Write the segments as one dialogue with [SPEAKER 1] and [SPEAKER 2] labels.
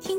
[SPEAKER 1] 听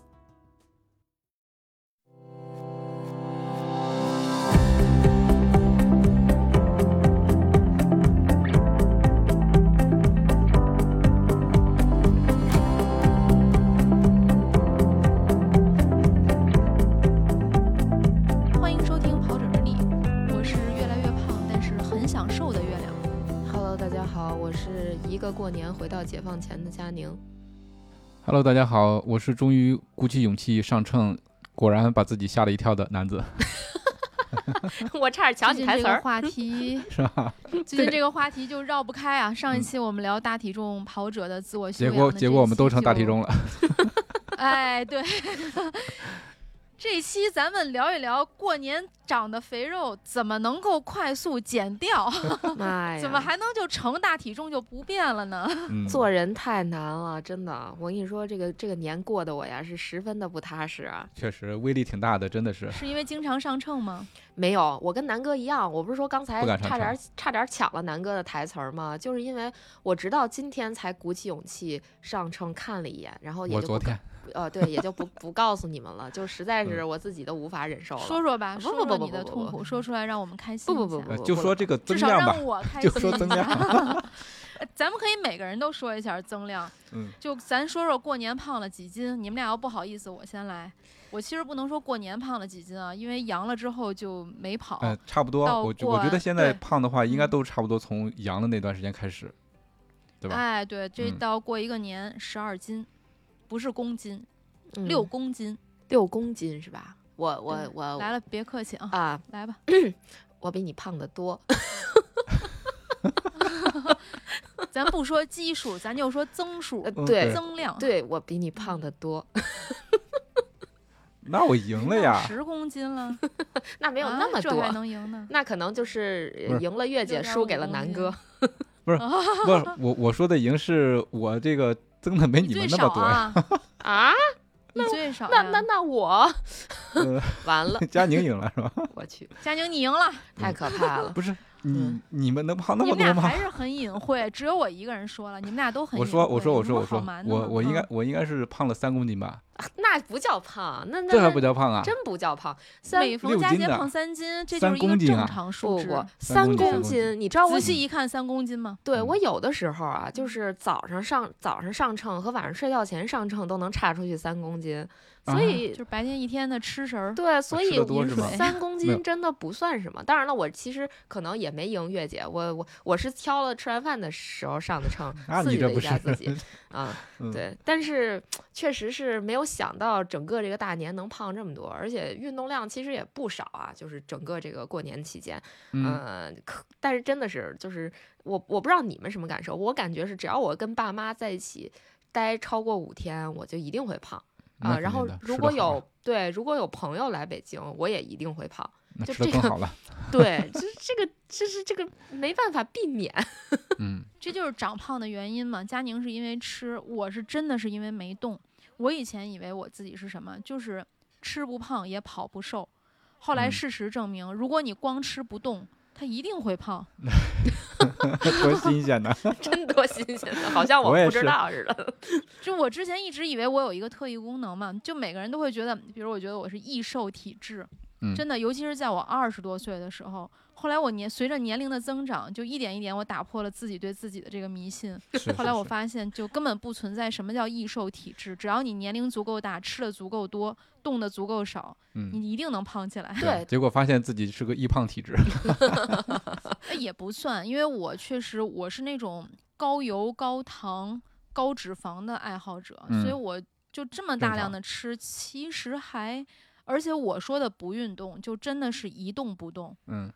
[SPEAKER 1] 欢迎收听跑者日历，我是越来越胖，但是很享受的月亮。
[SPEAKER 2] Hello，大家好，我是一个过年回到解放前的佳宁。
[SPEAKER 3] Hello，大家好，我是终于鼓起勇气上秤，果然把自己吓了一跳的男 子，
[SPEAKER 4] 我差点抢
[SPEAKER 5] 最近
[SPEAKER 4] 你台
[SPEAKER 5] 这
[SPEAKER 4] 词
[SPEAKER 5] 个
[SPEAKER 4] 儿。
[SPEAKER 5] 话题，
[SPEAKER 3] 是 吧？
[SPEAKER 5] 最近这个话题就绕不开啊！上一期我们聊大体重跑者的自我修
[SPEAKER 3] 结
[SPEAKER 5] 养，
[SPEAKER 3] 果结果我们都成大体重。了，
[SPEAKER 5] 哎，对，这一期咱们聊一聊过年长的肥肉怎么能够快速减掉，
[SPEAKER 2] 妈哎呀，
[SPEAKER 5] 怎么还能就成大体重就不变了呢？
[SPEAKER 3] 嗯，
[SPEAKER 2] 做人太难了？真的，我跟你说，这个这个年过的我呀，是十分的不踏实啊。
[SPEAKER 3] 确实威力挺大的，真的是。
[SPEAKER 5] 是因为经常上秤吗？
[SPEAKER 2] 没有，我跟南哥一样，我不是说刚才
[SPEAKER 3] 不敢上
[SPEAKER 2] 差点差点抢了南哥的台词儿吗？就是因为我直到今天才鼓起勇气上秤看了一眼，
[SPEAKER 5] 哦
[SPEAKER 2] 然后也
[SPEAKER 3] 我
[SPEAKER 2] 就
[SPEAKER 3] 昨
[SPEAKER 2] 不
[SPEAKER 3] 天
[SPEAKER 2] 呃对，也就不不告诉你们了，就实在是我自己都无法忍受了。
[SPEAKER 5] 说说吧，
[SPEAKER 2] 不
[SPEAKER 5] 说
[SPEAKER 2] 不不
[SPEAKER 5] 说
[SPEAKER 2] 不
[SPEAKER 5] 你的
[SPEAKER 2] 不
[SPEAKER 5] 痛
[SPEAKER 2] 不
[SPEAKER 5] 苦，说出来让我们开心
[SPEAKER 2] 不
[SPEAKER 5] 一下。
[SPEAKER 2] 不不不
[SPEAKER 3] 呃
[SPEAKER 2] 不
[SPEAKER 3] 就
[SPEAKER 2] 不
[SPEAKER 3] 说
[SPEAKER 2] 不
[SPEAKER 3] 这个增
[SPEAKER 5] 至少
[SPEAKER 3] 量吧
[SPEAKER 5] 让，我开心
[SPEAKER 3] 就
[SPEAKER 5] 一下。
[SPEAKER 3] 说增量，
[SPEAKER 5] 呃咱们可以每个人都说一下增量。
[SPEAKER 3] 嗯，
[SPEAKER 5] 就咱说说过年胖了几斤，你们俩要不好意思，我先来。我其实不能说过年胖了几斤啊，因为阳了之后就没跑。
[SPEAKER 3] 嗯，差不多。
[SPEAKER 5] 到
[SPEAKER 3] 我觉
[SPEAKER 5] 哦过
[SPEAKER 3] 我觉得
[SPEAKER 5] 完
[SPEAKER 3] 现在
[SPEAKER 5] 对
[SPEAKER 3] 胖的话，应该
[SPEAKER 5] 嗯
[SPEAKER 3] 都差不多从阳的那段时间开始，对吧？
[SPEAKER 5] 哎，对，这
[SPEAKER 3] 嗯
[SPEAKER 5] 到过一个年十二斤，不是公斤，
[SPEAKER 2] 嗯哦
[SPEAKER 5] 六公斤。
[SPEAKER 2] 六公斤是吧？我
[SPEAKER 5] 对
[SPEAKER 2] 我我
[SPEAKER 5] 来了，别客气啊，
[SPEAKER 2] 啊，
[SPEAKER 5] 来吧。
[SPEAKER 2] 我比你胖得多。
[SPEAKER 5] 咱不说基数，咱就说增数
[SPEAKER 2] 呃、、
[SPEAKER 3] 嗯
[SPEAKER 2] 对
[SPEAKER 3] 对
[SPEAKER 5] 增量。，
[SPEAKER 2] 对，我比你胖得多。
[SPEAKER 3] 那我赢了呀！
[SPEAKER 5] 十公斤了，
[SPEAKER 2] 那 没有
[SPEAKER 5] 啊
[SPEAKER 2] 那么
[SPEAKER 5] 这
[SPEAKER 2] 多，
[SPEAKER 5] 还能赢呢？
[SPEAKER 2] 那可能就是
[SPEAKER 3] 不
[SPEAKER 2] 呃
[SPEAKER 3] 是
[SPEAKER 2] 赢了月姐，
[SPEAKER 5] 6.5
[SPEAKER 2] 输给了南哥
[SPEAKER 5] 公。
[SPEAKER 3] 不是我我说的赢是我这个增的没哎你们
[SPEAKER 5] 最
[SPEAKER 3] 那么
[SPEAKER 5] 少
[SPEAKER 3] 多呀。
[SPEAKER 5] 啊，
[SPEAKER 2] 啊，
[SPEAKER 5] 你最少、呀
[SPEAKER 2] 那那那我
[SPEAKER 3] 呃，
[SPEAKER 2] 完了
[SPEAKER 3] 佳宁赢了 是吧？
[SPEAKER 2] 我去，
[SPEAKER 5] 佳宁你赢了，
[SPEAKER 2] 太可怕 了。
[SPEAKER 3] 不是你
[SPEAKER 2] 嗯
[SPEAKER 3] 你们能胖那
[SPEAKER 5] 你
[SPEAKER 3] 么
[SPEAKER 5] 们俩
[SPEAKER 3] 多吗
[SPEAKER 5] 还？是很隐晦，只有我一个人说了，你们俩都很隐
[SPEAKER 3] 我
[SPEAKER 5] 晦。
[SPEAKER 3] 说我说我说
[SPEAKER 5] 有
[SPEAKER 3] 我
[SPEAKER 5] 什么
[SPEAKER 3] 说
[SPEAKER 5] 好瞒的
[SPEAKER 3] 我
[SPEAKER 5] 呢
[SPEAKER 3] 我应该
[SPEAKER 5] 嗯
[SPEAKER 3] 我应该是胖了三公斤吧？
[SPEAKER 2] 那不叫胖，那那
[SPEAKER 3] 这还
[SPEAKER 2] 那
[SPEAKER 3] 不叫胖啊？
[SPEAKER 2] 真不叫胖。三
[SPEAKER 5] 每逢
[SPEAKER 3] 六
[SPEAKER 5] 佳
[SPEAKER 3] 斤
[SPEAKER 5] 节
[SPEAKER 3] 的
[SPEAKER 5] 胖三斤，这就
[SPEAKER 3] 三
[SPEAKER 5] 是一个
[SPEAKER 3] 公斤啊
[SPEAKER 5] 正常数
[SPEAKER 2] 不
[SPEAKER 5] 值。
[SPEAKER 2] 不
[SPEAKER 3] 三
[SPEAKER 2] 三
[SPEAKER 3] 公
[SPEAKER 2] 公
[SPEAKER 3] 斤
[SPEAKER 2] 斤，你知道我
[SPEAKER 5] 仔细一看，三公斤吗？
[SPEAKER 2] 对
[SPEAKER 3] 嗯
[SPEAKER 2] 我有的时候啊，就是早上上早上上秤和晚上睡觉前上秤都能差出去三公斤，所
[SPEAKER 3] 啊
[SPEAKER 2] 以
[SPEAKER 5] 就是白天一天的吃食儿。
[SPEAKER 2] 对，所
[SPEAKER 3] 吃
[SPEAKER 2] 以
[SPEAKER 3] 得多
[SPEAKER 2] 你
[SPEAKER 3] 是
[SPEAKER 5] 吗
[SPEAKER 2] 三公
[SPEAKER 3] 没有，
[SPEAKER 2] 斤真的不算什么。当然了，我其实可能也没赢月姐，我我我是挑了吃完饭的时候上的秤
[SPEAKER 3] 那
[SPEAKER 2] 刺
[SPEAKER 3] 你
[SPEAKER 2] 激
[SPEAKER 3] 这
[SPEAKER 2] 了一
[SPEAKER 3] 不
[SPEAKER 2] 下自
[SPEAKER 3] 是
[SPEAKER 2] 己啊。
[SPEAKER 3] 嗯
[SPEAKER 2] 对，但是确实是没有想到整个这个大年能胖这么多，而且运动量其实也不少啊，就是整个这个过年期间，
[SPEAKER 3] 嗯，
[SPEAKER 2] 呃，可但是真的是就是我我不知道你们什么感受，我感觉是只要我跟爸妈在一起待超过五天，我就一定会胖。
[SPEAKER 3] 那
[SPEAKER 2] 啊、
[SPEAKER 3] 肯
[SPEAKER 2] 然
[SPEAKER 3] 定
[SPEAKER 2] 后
[SPEAKER 3] 的
[SPEAKER 2] 如
[SPEAKER 3] 吃得
[SPEAKER 2] 果
[SPEAKER 3] 好
[SPEAKER 2] 有对，如果有朋友来北京，我也一定会胖。
[SPEAKER 3] 那
[SPEAKER 2] 就
[SPEAKER 3] 吃的
[SPEAKER 2] 这
[SPEAKER 3] 更
[SPEAKER 2] 个
[SPEAKER 3] 好 了。
[SPEAKER 2] 对，这这个这是这个没办法避免。
[SPEAKER 3] 嗯，
[SPEAKER 5] 这就是长胖的原因嘛。佳宁是因为吃，我是真的是因为没动。我以前以为我自己是什么，就是吃不胖也跑不瘦。后来
[SPEAKER 3] 嗯
[SPEAKER 5] 事实证明，如果你光吃不动，它一定会胖。
[SPEAKER 3] 多新 鲜呐！
[SPEAKER 2] 真多新鲜的，好像
[SPEAKER 3] 我也
[SPEAKER 2] 不知
[SPEAKER 3] 是
[SPEAKER 2] 道似的。
[SPEAKER 5] 就我之前一直以为我有一个特异功能嘛，就每个人都会觉得，比如我觉得我是易瘦体质，
[SPEAKER 3] 嗯
[SPEAKER 5] 真的，尤其是在我二十多岁的时候，后来我年随着年龄的增长，就一点一点我打破了自己对自己的这个迷信。
[SPEAKER 3] 是
[SPEAKER 5] 后来
[SPEAKER 3] 是
[SPEAKER 5] 我
[SPEAKER 3] 是
[SPEAKER 5] 发现，就根本不存在什么叫易瘦体质，只要你年龄足够大，吃的足够多，动的足够少，
[SPEAKER 3] 嗯，
[SPEAKER 5] 你一定能胖起 来。
[SPEAKER 2] 对
[SPEAKER 3] 结果发现自己是个易胖体质。
[SPEAKER 5] 哎也不算，因为我确实我是那种高油、高糖、高脂肪的爱好者，所以
[SPEAKER 3] 嗯
[SPEAKER 5] 我就这么
[SPEAKER 3] 正
[SPEAKER 5] 大量
[SPEAKER 3] 常
[SPEAKER 5] 的吃，其实还，而且我说的不运动，就真的是一动不动。
[SPEAKER 3] 嗯，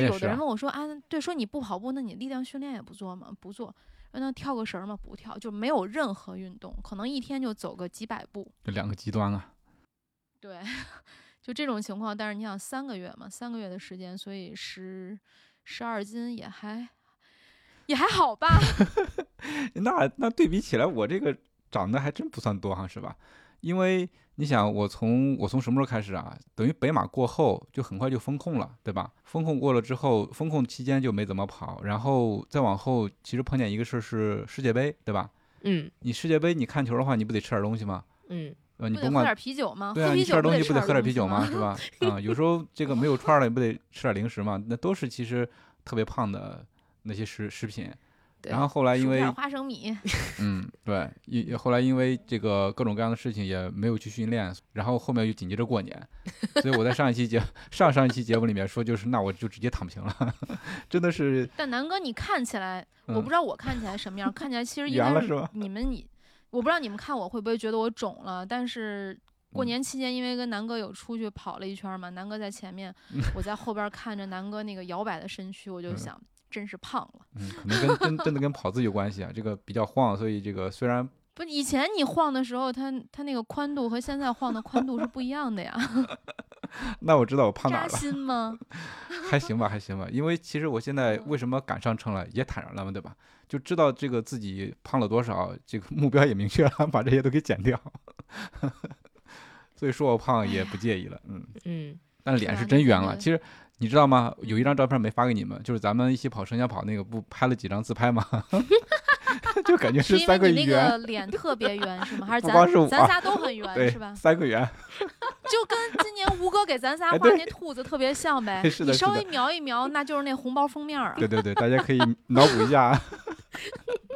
[SPEAKER 5] 就
[SPEAKER 3] 也
[SPEAKER 5] 有
[SPEAKER 3] 是
[SPEAKER 5] 的人
[SPEAKER 3] 啊。
[SPEAKER 5] 问我说：“啊，对，说你不跑步，那你力量训练也不做吗？不做。那跳个绳儿吗？不跳，就没有任何运动，可能一天就走个几百步。
[SPEAKER 3] 这两个极端啊。
[SPEAKER 5] 对， 就这种情况。但是你想，三个月嘛，三个月的时间，所以十十二斤也还也还好吧。
[SPEAKER 3] 那那对比起来，我这个长得还真不算多哈，是吧？因为你想，我从我从什么时候开始啊？等于北马过后就很快就风控了，对吧？风控过了之后，风控期间就没怎么跑，然后再往后，其实碰见一个事儿是世界杯，对吧？
[SPEAKER 2] 嗯
[SPEAKER 3] 你世界杯你看球的话，你不得吃点东西吗？
[SPEAKER 2] 嗯，
[SPEAKER 5] 不
[SPEAKER 3] 呃，你
[SPEAKER 5] 得
[SPEAKER 3] 甭
[SPEAKER 5] 喝
[SPEAKER 3] 管
[SPEAKER 5] 点啤酒吗？
[SPEAKER 3] 对
[SPEAKER 5] 喝
[SPEAKER 3] 啊，
[SPEAKER 5] 啤
[SPEAKER 3] 你吃
[SPEAKER 5] 酒
[SPEAKER 3] 点东西不得喝点
[SPEAKER 5] 东
[SPEAKER 3] 啤酒吗？
[SPEAKER 5] 吗？
[SPEAKER 3] 是 吧？啊，有时候这个没有串儿了，你不得吃点零食吗？那都是其实特别胖的那些食食品。
[SPEAKER 2] 对
[SPEAKER 3] 然后后啊来因
[SPEAKER 5] 薯
[SPEAKER 3] 为
[SPEAKER 5] 片、花生米，
[SPEAKER 3] 嗯，对，也也后来因为这个各种各样的事情也没有去训练，然后后面又紧接着过 年，所以我在上一期节上上一期节目里面说，就是那我就直接躺平了， 真的是
[SPEAKER 5] 但南哥你看起来，我不
[SPEAKER 3] 嗯
[SPEAKER 5] 知道我看起来什么 样，看起来其实应
[SPEAKER 3] 圆
[SPEAKER 5] 该
[SPEAKER 3] 了
[SPEAKER 5] 是
[SPEAKER 3] 是吧
[SPEAKER 5] 你们你，我不知道你们看我会不会觉得我肿了，但是。过
[SPEAKER 3] 嗯
[SPEAKER 5] 年期间，因为跟南哥有出去跑了一圈嘛，南哥在前 面，我在后边看着南哥那个摇摆的身躯，我就
[SPEAKER 3] 嗯
[SPEAKER 5] 想，真是胖了。
[SPEAKER 3] 嗯，可能跟真真的跟跑姿有关系啊，这个比较晃，所以这个虽然
[SPEAKER 5] 不，以前你晃的时候，它它那个宽度和现在晃的宽度是不一样 的呀，
[SPEAKER 3] 那我知道我胖哪
[SPEAKER 5] 扎
[SPEAKER 3] 儿了，
[SPEAKER 5] 心吗？
[SPEAKER 3] 还行吧，还行吧，因为其实我现
[SPEAKER 5] 嗯
[SPEAKER 3] 在为什么敢上秤了，也坦然了嘛，对吧？就知道这个自己胖了多少，这个目标也明确了， 把这些都给减掉，所以说我胖也不介意了，嗯。
[SPEAKER 2] 嗯，
[SPEAKER 3] 但
[SPEAKER 5] 是
[SPEAKER 3] 脸
[SPEAKER 5] 吧
[SPEAKER 3] 是
[SPEAKER 5] 你
[SPEAKER 3] 真
[SPEAKER 5] 真
[SPEAKER 3] 圆
[SPEAKER 5] 的
[SPEAKER 3] 了。其实你知道吗？有一张照片没发给你们，就是咱们一起跑生涯跑那个，不拍了几张自拍吗？ 就感觉
[SPEAKER 5] 是
[SPEAKER 3] 是
[SPEAKER 5] 因
[SPEAKER 3] 三
[SPEAKER 5] 为
[SPEAKER 3] 个
[SPEAKER 5] 你那
[SPEAKER 3] 圆，
[SPEAKER 5] 个脸特别圆是吗？还是
[SPEAKER 3] 不光是
[SPEAKER 5] 咱
[SPEAKER 3] 我
[SPEAKER 5] 咱仨都很圆
[SPEAKER 3] 对
[SPEAKER 5] 是吧，？
[SPEAKER 3] 三个圆，
[SPEAKER 5] 就跟今年吴哥给咱仨
[SPEAKER 3] 哎
[SPEAKER 5] 画
[SPEAKER 3] 对
[SPEAKER 5] 那兔子特别像呗
[SPEAKER 3] ，是的
[SPEAKER 5] 你稍
[SPEAKER 3] 是
[SPEAKER 5] 微
[SPEAKER 3] 的
[SPEAKER 5] 描一描，那就是那红包封面儿啊。
[SPEAKER 3] 对对对，大家可以脑补一下啊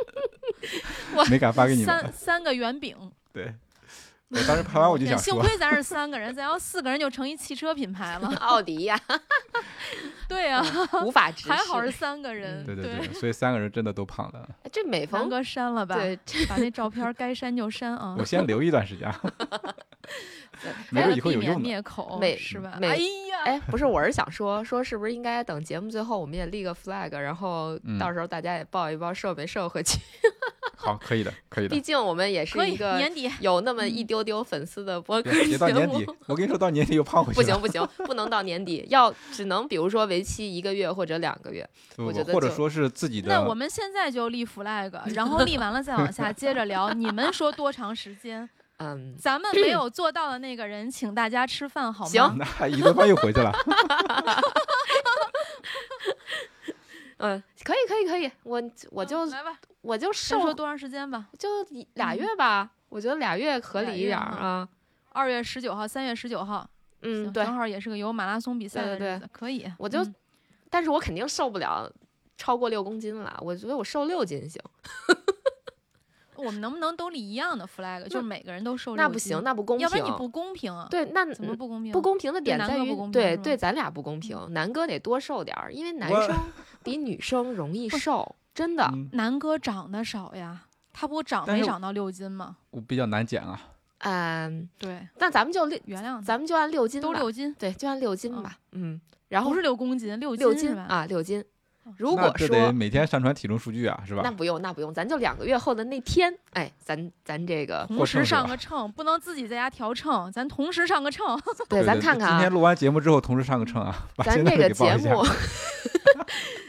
[SPEAKER 5] 我。
[SPEAKER 3] 没敢发给你们
[SPEAKER 5] 三，三个圆饼，
[SPEAKER 3] 对。我当时拍完我就
[SPEAKER 5] 对
[SPEAKER 3] 想
[SPEAKER 5] 幸
[SPEAKER 3] 说，
[SPEAKER 5] 亏咱是三个人，咱要四个人就成一汽车品牌 了。
[SPEAKER 2] 奥迪呀、
[SPEAKER 5] 对呀、
[SPEAKER 2] 无法直视。
[SPEAKER 5] 还好嗯是三个人。
[SPEAKER 2] 嗯
[SPEAKER 3] 对对对，所以三个人真的都胖了。
[SPEAKER 2] 哎这每
[SPEAKER 5] 南
[SPEAKER 2] 逢
[SPEAKER 5] 哥删了吧，
[SPEAKER 2] 对，
[SPEAKER 5] 把那照片该删就删啊
[SPEAKER 3] 我，先留一段 时间啊，没准以后
[SPEAKER 5] 避
[SPEAKER 3] 有
[SPEAKER 5] 免
[SPEAKER 3] 用嗯的。
[SPEAKER 5] 灭口
[SPEAKER 2] 每
[SPEAKER 5] 是吧？
[SPEAKER 2] 每
[SPEAKER 5] 哎呀，
[SPEAKER 2] 哎，不是，我是想说，说是不是应该等节目最后，我们也立个 flag，然后
[SPEAKER 3] 嗯
[SPEAKER 2] 到时候大家也报一报瘦没瘦回去。
[SPEAKER 3] 好，可以的，可以的
[SPEAKER 2] 毕。竟我们也是
[SPEAKER 5] 可以
[SPEAKER 2] 一个
[SPEAKER 5] 年底
[SPEAKER 2] 有那么
[SPEAKER 5] 嗯
[SPEAKER 2] 一丢丢粉丝的播客
[SPEAKER 3] 别别
[SPEAKER 2] 节
[SPEAKER 3] 到年 底
[SPEAKER 2] 目。，
[SPEAKER 3] 我跟你说，到年底又胖回去
[SPEAKER 2] 不
[SPEAKER 3] 了。
[SPEAKER 2] 行不行，不能到年底，要只能比如说为期一个月或者两个月。
[SPEAKER 3] 不
[SPEAKER 2] 我
[SPEAKER 3] 不
[SPEAKER 2] 觉得
[SPEAKER 3] 或者
[SPEAKER 2] 就
[SPEAKER 3] 说是自己的。
[SPEAKER 5] 那我们现在就立 flag，然 后立完了再往下接着聊。你们说多长时间？
[SPEAKER 2] 嗯，
[SPEAKER 5] 咱们没有做到的那个人，请大家吃饭好吗？
[SPEAKER 2] 行
[SPEAKER 3] 那一顿饭又回 去了。
[SPEAKER 2] 嗯，可以可以可以，我我
[SPEAKER 5] 我
[SPEAKER 2] 就
[SPEAKER 5] 来吧，
[SPEAKER 2] 我就
[SPEAKER 5] 先嗯说
[SPEAKER 2] 瘦
[SPEAKER 5] 多长时间吧。
[SPEAKER 2] 就一俩月吧，我觉得俩月合
[SPEAKER 5] 俩
[SPEAKER 2] 理一
[SPEAKER 5] 月
[SPEAKER 2] 点儿
[SPEAKER 5] 哈
[SPEAKER 2] 啊。
[SPEAKER 5] 二月十九号、三月十九号，
[SPEAKER 2] 嗯，
[SPEAKER 5] 行
[SPEAKER 2] 对
[SPEAKER 5] 正，好也是个有马拉松比赛的
[SPEAKER 2] 对对
[SPEAKER 5] 日子，可以。
[SPEAKER 2] 我就
[SPEAKER 5] 嗯
[SPEAKER 2] 但是我肯定瘦不了超过六公斤了，我觉得我瘦六斤行。
[SPEAKER 5] 我们能不能都立一样的 flag？就是每个人都瘦
[SPEAKER 2] 那
[SPEAKER 5] 六
[SPEAKER 2] 不
[SPEAKER 5] 斤
[SPEAKER 2] 行，，那不公平。
[SPEAKER 5] 要不然你不公平啊。
[SPEAKER 2] 对，那嗯
[SPEAKER 5] 怎么不公平？
[SPEAKER 2] 不，公平的
[SPEAKER 5] 对
[SPEAKER 2] 点
[SPEAKER 5] 南
[SPEAKER 2] 在
[SPEAKER 5] 哥
[SPEAKER 2] 于
[SPEAKER 5] 不公平
[SPEAKER 2] 对
[SPEAKER 5] 是嗯吗
[SPEAKER 2] 对咱俩不公平，南哥得多瘦点儿，因为男
[SPEAKER 3] 我
[SPEAKER 2] 生比女生容易
[SPEAKER 5] 不是
[SPEAKER 2] 瘦，真的。
[SPEAKER 3] 嗯
[SPEAKER 5] 南哥长得少呀，他不长
[SPEAKER 3] 但
[SPEAKER 5] 没
[SPEAKER 3] 是
[SPEAKER 5] 长到六斤吗？
[SPEAKER 3] 我比较难减啊。
[SPEAKER 2] 嗯，
[SPEAKER 5] 对，
[SPEAKER 2] 那咱们就六，
[SPEAKER 5] 原谅他，
[SPEAKER 2] 咱们就按六斤吧，
[SPEAKER 5] 都六斤，
[SPEAKER 2] 对，就按六斤
[SPEAKER 5] 嗯
[SPEAKER 2] 吧。嗯，然后
[SPEAKER 5] 不是六公斤，六
[SPEAKER 2] 六
[SPEAKER 5] 是
[SPEAKER 2] 斤
[SPEAKER 5] 吧？
[SPEAKER 2] 啊，六斤
[SPEAKER 5] 哦。
[SPEAKER 2] 如
[SPEAKER 3] 那
[SPEAKER 2] 果
[SPEAKER 3] 这得
[SPEAKER 2] 说
[SPEAKER 3] 每天上传体重数据啊，是
[SPEAKER 2] 那
[SPEAKER 3] 吧？
[SPEAKER 2] 不用，那不用，咱就两个月后的那天，哎，咱咱这 个，
[SPEAKER 5] 同
[SPEAKER 3] 过秤
[SPEAKER 5] 时
[SPEAKER 3] 是吧
[SPEAKER 5] 上
[SPEAKER 2] 啊
[SPEAKER 5] 个秤，不能自己在家调秤，咱同时上个秤。
[SPEAKER 2] 对，咱
[SPEAKER 3] 对
[SPEAKER 2] 看看
[SPEAKER 3] 今天
[SPEAKER 2] 啊，
[SPEAKER 3] 录完节目之后，同时上个秤啊，把
[SPEAKER 2] 咱
[SPEAKER 3] 现
[SPEAKER 2] 这
[SPEAKER 3] 在
[SPEAKER 2] 个
[SPEAKER 3] 给报
[SPEAKER 2] 节
[SPEAKER 3] 一下
[SPEAKER 2] 目。，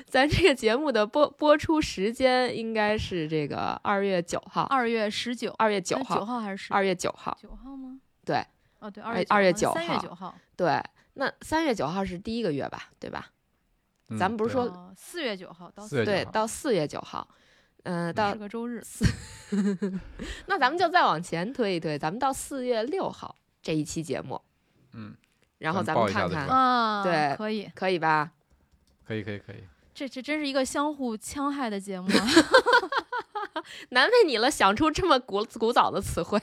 [SPEAKER 2] 咱这个节目的播播出时间应该是这个二月九号，
[SPEAKER 5] 二月十九，
[SPEAKER 2] 二月九
[SPEAKER 5] 哎九
[SPEAKER 2] 号，
[SPEAKER 5] 号还是十
[SPEAKER 2] 二月九号，
[SPEAKER 5] 九号吗？
[SPEAKER 2] 对，
[SPEAKER 5] 哦对，
[SPEAKER 2] 哎
[SPEAKER 5] 二月
[SPEAKER 2] 二月
[SPEAKER 5] 九
[SPEAKER 2] 九
[SPEAKER 5] 三月
[SPEAKER 2] 号
[SPEAKER 5] 九号，
[SPEAKER 2] 对，那三月九号是第一个月吧，对吧？
[SPEAKER 3] 嗯
[SPEAKER 2] 咱们不是
[SPEAKER 3] 对
[SPEAKER 2] 说
[SPEAKER 5] 哦四月九号到
[SPEAKER 3] 四月
[SPEAKER 2] 对，
[SPEAKER 3] 9号
[SPEAKER 2] 到四月九号，嗯、到
[SPEAKER 5] 是个周日，
[SPEAKER 2] 那咱们就再往前推一推，咱们到四月六号这一期节目，
[SPEAKER 3] 嗯，
[SPEAKER 2] 然后
[SPEAKER 3] 咱
[SPEAKER 2] 咱
[SPEAKER 3] 报
[SPEAKER 2] 们
[SPEAKER 3] 一下
[SPEAKER 2] 看
[SPEAKER 3] 子是
[SPEAKER 2] 看
[SPEAKER 3] 吧
[SPEAKER 5] 啊，
[SPEAKER 2] 嗯对
[SPEAKER 5] 可以，
[SPEAKER 2] 可以吧？
[SPEAKER 3] 可以可以可以，
[SPEAKER 5] 这这真是一个相互戕害的节目啊，
[SPEAKER 2] 难为你了，想出这么古古早的词汇。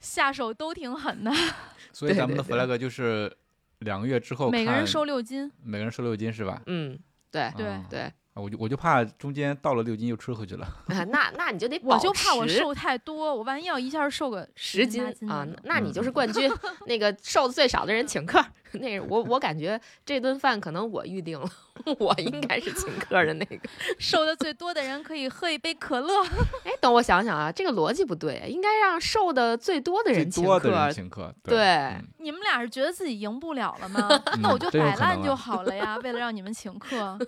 [SPEAKER 5] 下手都挺狠的，
[SPEAKER 3] 所以
[SPEAKER 2] 对
[SPEAKER 3] 咱们的
[SPEAKER 2] 对对
[SPEAKER 3] flag 就是两个月之后
[SPEAKER 5] 每个人
[SPEAKER 3] 看
[SPEAKER 5] 收六斤，
[SPEAKER 3] 每个人收六斤是吧？
[SPEAKER 2] 嗯，对
[SPEAKER 5] 对
[SPEAKER 3] 啊
[SPEAKER 2] 对，
[SPEAKER 3] 啊我就我就怕中间到了六斤又吃回去了。
[SPEAKER 2] 啊那那你就得
[SPEAKER 5] 我
[SPEAKER 2] 保
[SPEAKER 5] 就怕我
[SPEAKER 2] 持
[SPEAKER 5] 瘦太多，我万一要一下瘦个
[SPEAKER 2] 十
[SPEAKER 5] 斤
[SPEAKER 2] 斤
[SPEAKER 5] 八斤
[SPEAKER 2] 啊
[SPEAKER 5] 的呢，
[SPEAKER 2] 那你
[SPEAKER 3] 嗯
[SPEAKER 2] 就是冠军。那个瘦的最少的人请客。 那是我我感觉这顿饭可能我预定了， 我应该是请客的那个。
[SPEAKER 5] 瘦的最多的人可以喝一杯可乐。
[SPEAKER 2] 哎，等我想想啊，这个逻辑不对，应该让瘦的最多的
[SPEAKER 3] 最
[SPEAKER 2] 人请
[SPEAKER 3] 多的人
[SPEAKER 2] 客。
[SPEAKER 3] 请客，
[SPEAKER 2] 对
[SPEAKER 3] 嗯
[SPEAKER 5] 你们俩是觉得自己赢不了了吗？
[SPEAKER 3] 嗯
[SPEAKER 5] 那我就
[SPEAKER 3] 这有
[SPEAKER 5] 摆
[SPEAKER 3] 可
[SPEAKER 5] 烂
[SPEAKER 3] 能
[SPEAKER 5] 就
[SPEAKER 3] 啊
[SPEAKER 5] 好了呀，为了让你们请 客。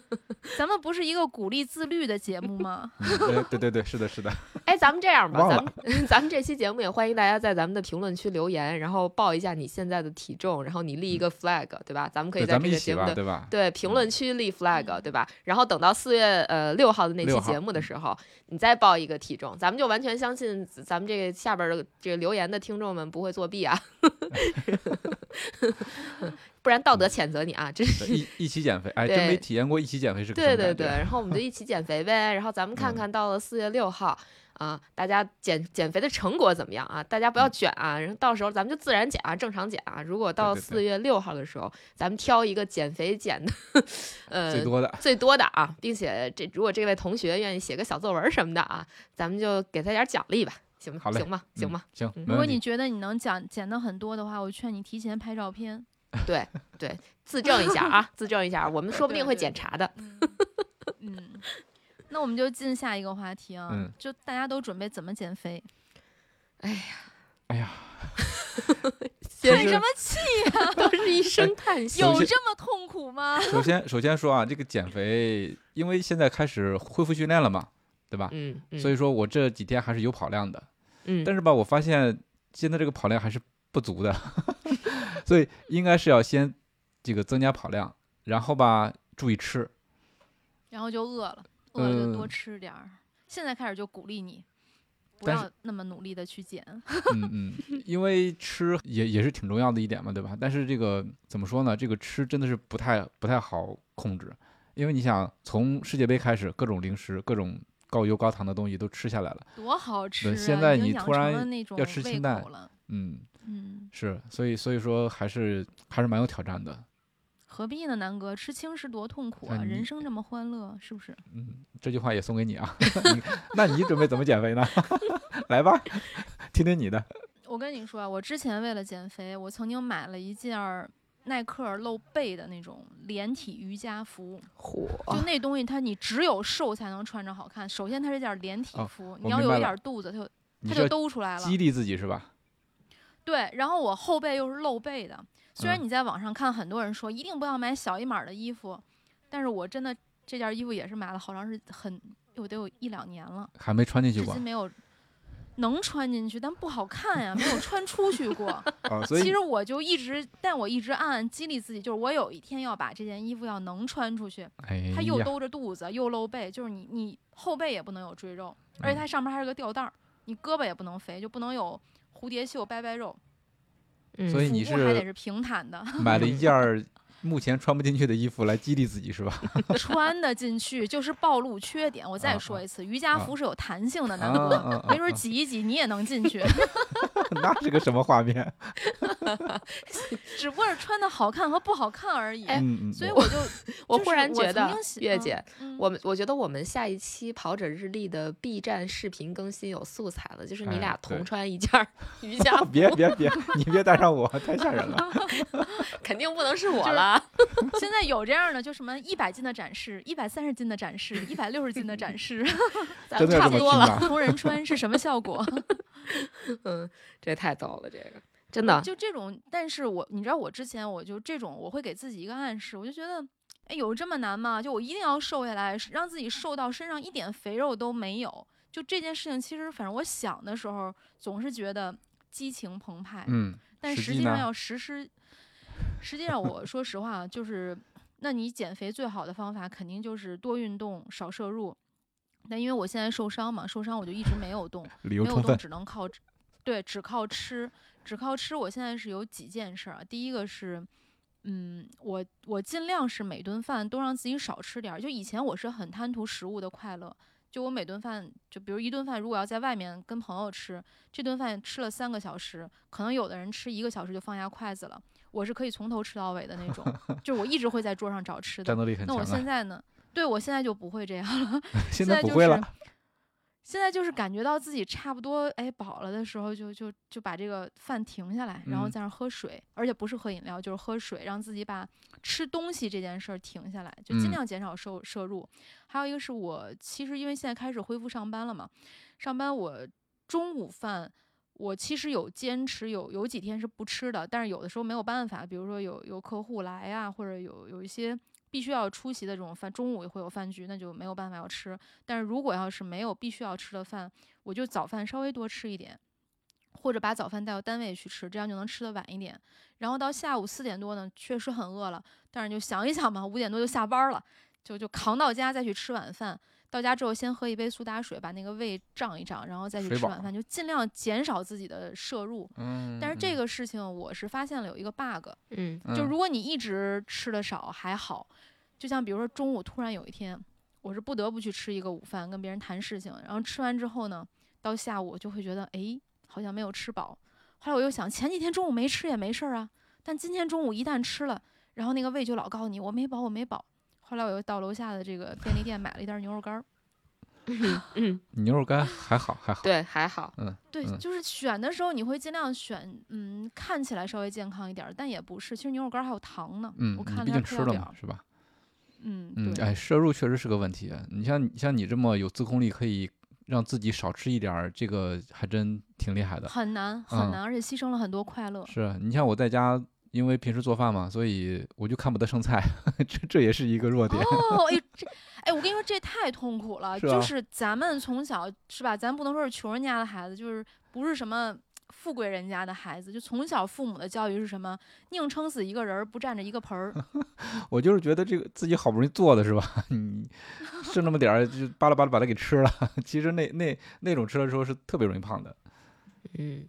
[SPEAKER 5] 咱们不是一个鼓励自律的节目吗？
[SPEAKER 3] 嗯对对对对，是的，是的，
[SPEAKER 2] 哎，咱们这样吧，
[SPEAKER 3] 忘
[SPEAKER 2] 咱们 咱们这期节目也欢迎大家在咱们的评论区留言，然后报一下你现在的体重，然后你立一个 flag，对吧？咱们可以
[SPEAKER 3] 嗯对，
[SPEAKER 2] 在
[SPEAKER 3] 咱们
[SPEAKER 2] 这
[SPEAKER 3] 一
[SPEAKER 2] 个
[SPEAKER 3] 起
[SPEAKER 2] 节目
[SPEAKER 3] 吧，
[SPEAKER 2] 的
[SPEAKER 3] 对吧？
[SPEAKER 2] 对评论区立 flag，
[SPEAKER 5] 嗯
[SPEAKER 2] 对吧？然后等到四月呃六号的那期
[SPEAKER 3] 6号嗯
[SPEAKER 2] 节目的时候，你再报一个体重，咱们就完全相信咱咱们这个下边儿的这个留言的听众们不会作弊 啊， 不然
[SPEAKER 3] 嗯
[SPEAKER 2] 道德谴责你啊！真是
[SPEAKER 3] 对一一起减肥，哎，真
[SPEAKER 2] 对
[SPEAKER 3] 没体验过一起减肥是个
[SPEAKER 2] 对
[SPEAKER 3] 什么
[SPEAKER 2] 对
[SPEAKER 3] 感觉
[SPEAKER 2] 对，
[SPEAKER 3] 嗯
[SPEAKER 2] 然后我们就一起减肥呗，然后咱们看看到了四月六号。啊，大家减减肥的成果怎么样啊？大家不要卷啊，然后到时候咱们就自然减啊，正常减啊。如果到
[SPEAKER 3] 嗯对对
[SPEAKER 2] 四月六号的时候，咱们挑一个减肥减的，呃，
[SPEAKER 3] 最多的，
[SPEAKER 2] 最多的啊，并且这如果这位同学愿意写个小作文什么的啊，咱们就给他点儿奖励吧，行吗？
[SPEAKER 3] 好嘞
[SPEAKER 2] 行吗？行
[SPEAKER 3] 嗯
[SPEAKER 2] 吗？
[SPEAKER 3] 行，
[SPEAKER 2] 嗯
[SPEAKER 3] 没
[SPEAKER 5] 如果
[SPEAKER 3] 问
[SPEAKER 5] 你
[SPEAKER 3] 题，
[SPEAKER 5] 觉得你能减减的很多的话，我劝你提前拍照片。
[SPEAKER 2] 对对，自证一下 啊，自证一下，我们说不定会检查的。
[SPEAKER 5] 嗯，那我们就进下一个话题啊，
[SPEAKER 3] 嗯
[SPEAKER 5] 就大家都准备怎么减肥？
[SPEAKER 3] 哎 呀，
[SPEAKER 2] 先
[SPEAKER 5] 叹
[SPEAKER 2] 是
[SPEAKER 5] 什么气？
[SPEAKER 2] 都是
[SPEAKER 3] 哎
[SPEAKER 2] 一声叹息。
[SPEAKER 3] 首
[SPEAKER 5] 有
[SPEAKER 3] 先
[SPEAKER 5] 这么痛苦吗？
[SPEAKER 3] 首先首先说啊，这个减肥，因为现在开始恢复训练了嘛，对吧？
[SPEAKER 2] 嗯，嗯
[SPEAKER 3] 所以说我这几天还是有跑量的，
[SPEAKER 2] 嗯，
[SPEAKER 3] 但是吧，我发现现在这个跑量还是不足的， 所以应该是要先这个增加跑量，然后吧注意吃。
[SPEAKER 5] 然后就饿了，饿了就
[SPEAKER 3] 嗯
[SPEAKER 5] 多吃点儿。现在开始就鼓励你，不
[SPEAKER 3] 但
[SPEAKER 5] 要那么努力的去减。
[SPEAKER 3] 嗯嗯，因为吃也也是挺重要的一点嘛，对吧？但是这个怎么说呢？这个吃真的是不太不太好控制，因为你想从世界杯开始，各种零食、各种高油高糖的东西都吃下来了。
[SPEAKER 5] 多好吃啊！
[SPEAKER 3] 对现在
[SPEAKER 5] 已经
[SPEAKER 3] 你
[SPEAKER 5] 养
[SPEAKER 3] 突
[SPEAKER 5] 成
[SPEAKER 3] 然
[SPEAKER 5] 了那种
[SPEAKER 3] 要吃
[SPEAKER 5] 胃
[SPEAKER 3] 清淡
[SPEAKER 5] 口了，
[SPEAKER 3] 嗯，
[SPEAKER 5] 嗯，
[SPEAKER 3] 是，所以所以说还是还是蛮有挑战的。
[SPEAKER 5] 何必呢，南哥？吃轻食多痛苦啊！
[SPEAKER 3] 那你
[SPEAKER 5] 人生这么欢乐，是不是？
[SPEAKER 3] 嗯，这句话也送给你啊。你那你准备怎么减肥呢？ 来吧，听听你的。
[SPEAKER 5] 我跟你说啊，我之前为了减肥，我曾经买了一件儿耐克儿露背的那种连体瑜伽服，
[SPEAKER 2] 火，
[SPEAKER 3] 哦
[SPEAKER 5] 就那东西它你只有瘦才能穿着好看。首先它是件儿连体
[SPEAKER 3] 哦
[SPEAKER 5] 服，
[SPEAKER 3] 我
[SPEAKER 5] 你要
[SPEAKER 3] 明
[SPEAKER 5] 有
[SPEAKER 3] 白
[SPEAKER 5] 一
[SPEAKER 3] 了
[SPEAKER 5] 点儿肚子，它就
[SPEAKER 3] 你
[SPEAKER 5] 它
[SPEAKER 3] 是
[SPEAKER 5] 就
[SPEAKER 3] 要
[SPEAKER 5] 兜出来了。
[SPEAKER 3] 激励自己是吧？
[SPEAKER 5] 对，然后我后背又是露背的，虽
[SPEAKER 3] 嗯
[SPEAKER 5] 然你在网上看很多人说一定不要买小一码的衣服，但是我真的这件衣服也是买了好长时很有得有一两年了，
[SPEAKER 3] 还没穿进去
[SPEAKER 5] 至
[SPEAKER 3] 过
[SPEAKER 5] 今没有能穿进去，但不好看呀，没有穿出 去过。
[SPEAKER 3] 啊，所
[SPEAKER 5] 其
[SPEAKER 3] 以
[SPEAKER 5] 实我就一直，但我一直暗暗激励自己，就是我有一天要把这件衣服要能穿出去。
[SPEAKER 3] 哎呀
[SPEAKER 5] 它，又兜着肚子，又露背，就是你你后背也不能有赘肉，而
[SPEAKER 3] 嗯
[SPEAKER 5] 且它上面还是个吊带儿，你胳膊也不能肥，就不能有蝴蝶袖、掰掰肉。
[SPEAKER 2] 嗯
[SPEAKER 3] 所以你
[SPEAKER 5] 服务还得
[SPEAKER 3] 是
[SPEAKER 5] 是平坦的，
[SPEAKER 3] 买了一件儿目前穿不进去的衣服来激励自己是吧？
[SPEAKER 5] 穿得进去就是暴露缺点。我再
[SPEAKER 3] 啊
[SPEAKER 5] 说一次，瑜伽
[SPEAKER 3] 啊
[SPEAKER 5] 服是有弹性 的，
[SPEAKER 3] 啊
[SPEAKER 5] 南哥，
[SPEAKER 3] 啊啊
[SPEAKER 5] 没！准儿挤一挤你也能进 去，
[SPEAKER 3] 那是个什么画面？
[SPEAKER 5] 只不过是穿的好看和不好看而已。
[SPEAKER 3] 嗯嗯，
[SPEAKER 5] 哎所以我就
[SPEAKER 2] 我
[SPEAKER 5] 就
[SPEAKER 2] 忽
[SPEAKER 5] 是
[SPEAKER 2] 然
[SPEAKER 5] 我
[SPEAKER 2] 觉
[SPEAKER 5] 曾
[SPEAKER 2] 得
[SPEAKER 5] 经喜
[SPEAKER 2] 月
[SPEAKER 5] 嗯
[SPEAKER 2] 姐，
[SPEAKER 5] 嗯
[SPEAKER 2] 我们我觉得我们下一期跑者日历的 B 站视频更新有素材了，就是你
[SPEAKER 3] 哎
[SPEAKER 2] 俩同
[SPEAKER 3] 对
[SPEAKER 2] 穿一件儿瑜伽
[SPEAKER 3] 我
[SPEAKER 2] 服，
[SPEAKER 3] 别别别，你别带上我，太吓 人了。
[SPEAKER 2] 肯定不能是
[SPEAKER 5] 就
[SPEAKER 2] 我
[SPEAKER 5] 是
[SPEAKER 2] 了。
[SPEAKER 5] 嗯现在有这样的，就什么一百斤的展示，一百三十斤的展示，一百六十斤的展示，
[SPEAKER 2] 咱
[SPEAKER 3] 真
[SPEAKER 2] 们
[SPEAKER 3] 的要
[SPEAKER 2] 差不
[SPEAKER 3] 这么
[SPEAKER 2] 多
[SPEAKER 3] 拼
[SPEAKER 2] 了，
[SPEAKER 3] 吗
[SPEAKER 5] 同人穿是什么效果？
[SPEAKER 2] 嗯，这太逗了，这个真的，
[SPEAKER 5] 就这种，但是我你知道，我之前我就这种，我会给自己一个暗示，我就觉得，哎，有这么难吗？就我一定要瘦下来，让自己瘦到身上一点肥肉都没有。就这件事情，其实反正我想的时候，总是觉得激情澎湃，
[SPEAKER 3] 嗯，
[SPEAKER 5] 但
[SPEAKER 3] 实
[SPEAKER 5] 实
[SPEAKER 3] 际
[SPEAKER 5] 际上
[SPEAKER 3] 呢
[SPEAKER 5] 要实施，实际上我说实话啊，就是，那你减肥最好的方法肯定就是多运动，少摄入。但因为我现在受伤嘛，受伤我就一直没有动，
[SPEAKER 3] 理由
[SPEAKER 5] 没有
[SPEAKER 3] 充
[SPEAKER 5] 动
[SPEAKER 3] 分。
[SPEAKER 5] 只能靠吃，对，只靠吃，只靠吃。我现在是有几件事儿啊，第一个是，嗯，我我尽量是每顿饭都让自己少吃点儿。就以前我是很贪图食物的快乐，就我每顿饭，就比如一顿饭，如果要在外面跟朋友吃，这顿饭吃了三个小时，可能有的人吃一个小时就放下筷子了，我是可以从头吃到尾的那 种，就我一直会在桌上找吃
[SPEAKER 3] 战
[SPEAKER 5] 的。
[SPEAKER 3] 斗力很
[SPEAKER 5] 那
[SPEAKER 3] 强
[SPEAKER 5] 我现
[SPEAKER 3] 啊！
[SPEAKER 5] 在呢？对我现在就不会这样了，
[SPEAKER 3] 现
[SPEAKER 5] 在
[SPEAKER 3] 不
[SPEAKER 5] 就
[SPEAKER 3] 会
[SPEAKER 5] 是
[SPEAKER 3] 了，
[SPEAKER 5] 现在就是感觉到自己差不多哎饱了的时候就，就就把这个饭停下来，然后
[SPEAKER 3] 嗯
[SPEAKER 5] 在那儿喝水，而且不是喝饮料，就是喝水，让自己把吃东西这件事儿停下来，就
[SPEAKER 3] 嗯
[SPEAKER 5] 尽量减少摄摄入。还有一个是我其实因为现在开始恢复上班了嘛，上班我中午饭。我其实有坚持有有几天是不吃的，但是有的时候没有办法，比如说有有客户来啊，或者有有一些必须要出席的这种饭，中午也会有饭局，那就没有办法要吃。但是如果要是没有必须要吃的饭，我就早饭稍微多吃一点，或者把早饭带到单位去吃，这样就能吃得晚一点。然后到下午四点多呢，确实很饿了，但是就想一想吧，五点多就下班了，就就扛到家再去吃晚饭。到家之后先喝一杯苏打水，把那个胃胀一胀，然后再去
[SPEAKER 3] 水
[SPEAKER 5] 吃
[SPEAKER 3] 饱啊
[SPEAKER 5] 晚饭，就尽量减少自己的摄入。
[SPEAKER 3] 嗯，
[SPEAKER 5] 但是这
[SPEAKER 3] 嗯
[SPEAKER 5] 个事情我是发现了有一个 bug，
[SPEAKER 2] 嗯
[SPEAKER 5] 就
[SPEAKER 3] 嗯
[SPEAKER 5] 如果你一直吃的少还好，就像比如说中午突然有一天，我是不得不去吃一个午饭，跟别人谈事情，然后吃完之后呢，到下午我就会觉得，诶，好像没有吃饱。后来我又想，前几天中午没吃也没事儿啊，但今天中午一旦吃了，然后那个胃就老告诉你我没饱，我没饱。后来我又到楼下的这个便利店买了一袋牛肉干儿。
[SPEAKER 2] 嗯，
[SPEAKER 3] 牛肉干还好还好，
[SPEAKER 2] 对，还好，
[SPEAKER 5] 对，
[SPEAKER 3] 嗯
[SPEAKER 5] 就是选的时候你会尽量选，嗯，看起来稍微健康一点儿，但也不是。其实牛肉干儿还有糖呢。
[SPEAKER 3] 嗯，
[SPEAKER 5] 我
[SPEAKER 3] 你
[SPEAKER 5] 看了
[SPEAKER 3] 毕
[SPEAKER 5] 它
[SPEAKER 3] 竟
[SPEAKER 5] 配
[SPEAKER 3] 吃
[SPEAKER 5] 料
[SPEAKER 3] 了
[SPEAKER 5] 表
[SPEAKER 3] 嘛，，是吧？
[SPEAKER 5] 嗯，
[SPEAKER 3] 嗯，
[SPEAKER 5] 对，
[SPEAKER 3] 哎，摄入确实是个问题。啊你像像你这么有自控力，可以让自己少吃一点儿，这个还真挺厉害的。
[SPEAKER 5] 很难
[SPEAKER 3] 嗯
[SPEAKER 5] 很难，而且牺牲了很多快乐。
[SPEAKER 3] 是啊你像我在家，因为平时做饭嘛，所以我就看不得剩菜， 这这也是一个弱点。
[SPEAKER 5] 哦，哎呦这，哎，我跟你说，这太痛苦了。
[SPEAKER 3] 是啊
[SPEAKER 5] 就
[SPEAKER 3] 吧
[SPEAKER 5] 是咱们从小是吧，咱不能说是穷人家的孩子，就是不是什么富贵人家的孩子，就从小父母的教育是什么？宁撑死一个人儿，不占着一个盆 儿。
[SPEAKER 3] 我就是觉得这个自己好不容易做的是吧， 你剩那么点儿就巴拉巴拉把它给吃了。 其实那那那种吃的时候是特别容易 胖的。
[SPEAKER 2] 嗯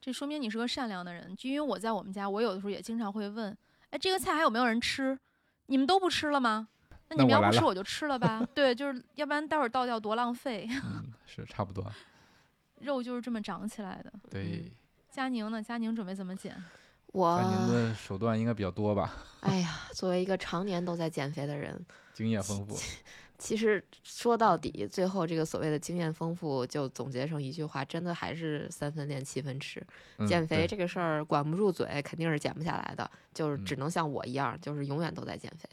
[SPEAKER 5] 这说明你是个善良的人。就因为我在我们家，我有的时候也经常会问，哎，这个菜还有没有人吃？你们都不吃了吗？那你们
[SPEAKER 3] 那我
[SPEAKER 5] 要
[SPEAKER 3] 来
[SPEAKER 5] 不吃
[SPEAKER 3] 了
[SPEAKER 5] 我就吃了 吧。对，就是要不然待会儿倒掉多浪费。
[SPEAKER 3] 嗯，是差不多。
[SPEAKER 5] 肉就是这么长起来的。
[SPEAKER 3] 对，
[SPEAKER 5] 佳宁呢？佳宁准备怎么减？
[SPEAKER 3] 咱您
[SPEAKER 2] 我，
[SPEAKER 3] 的手段应该比较多吧，
[SPEAKER 2] 哎呀，作为一个常年都在减肥的人，
[SPEAKER 3] 经验丰富。
[SPEAKER 2] 其实说到底，最后这个所谓的经验丰富，就总结成一句话，真的还是三分练七分吃。
[SPEAKER 3] 嗯
[SPEAKER 2] 减肥
[SPEAKER 3] 对
[SPEAKER 2] 这个事儿管不住嘴，肯定是减不下来的，就是只
[SPEAKER 3] 嗯
[SPEAKER 2] 能像我一样，就是永远都在减肥。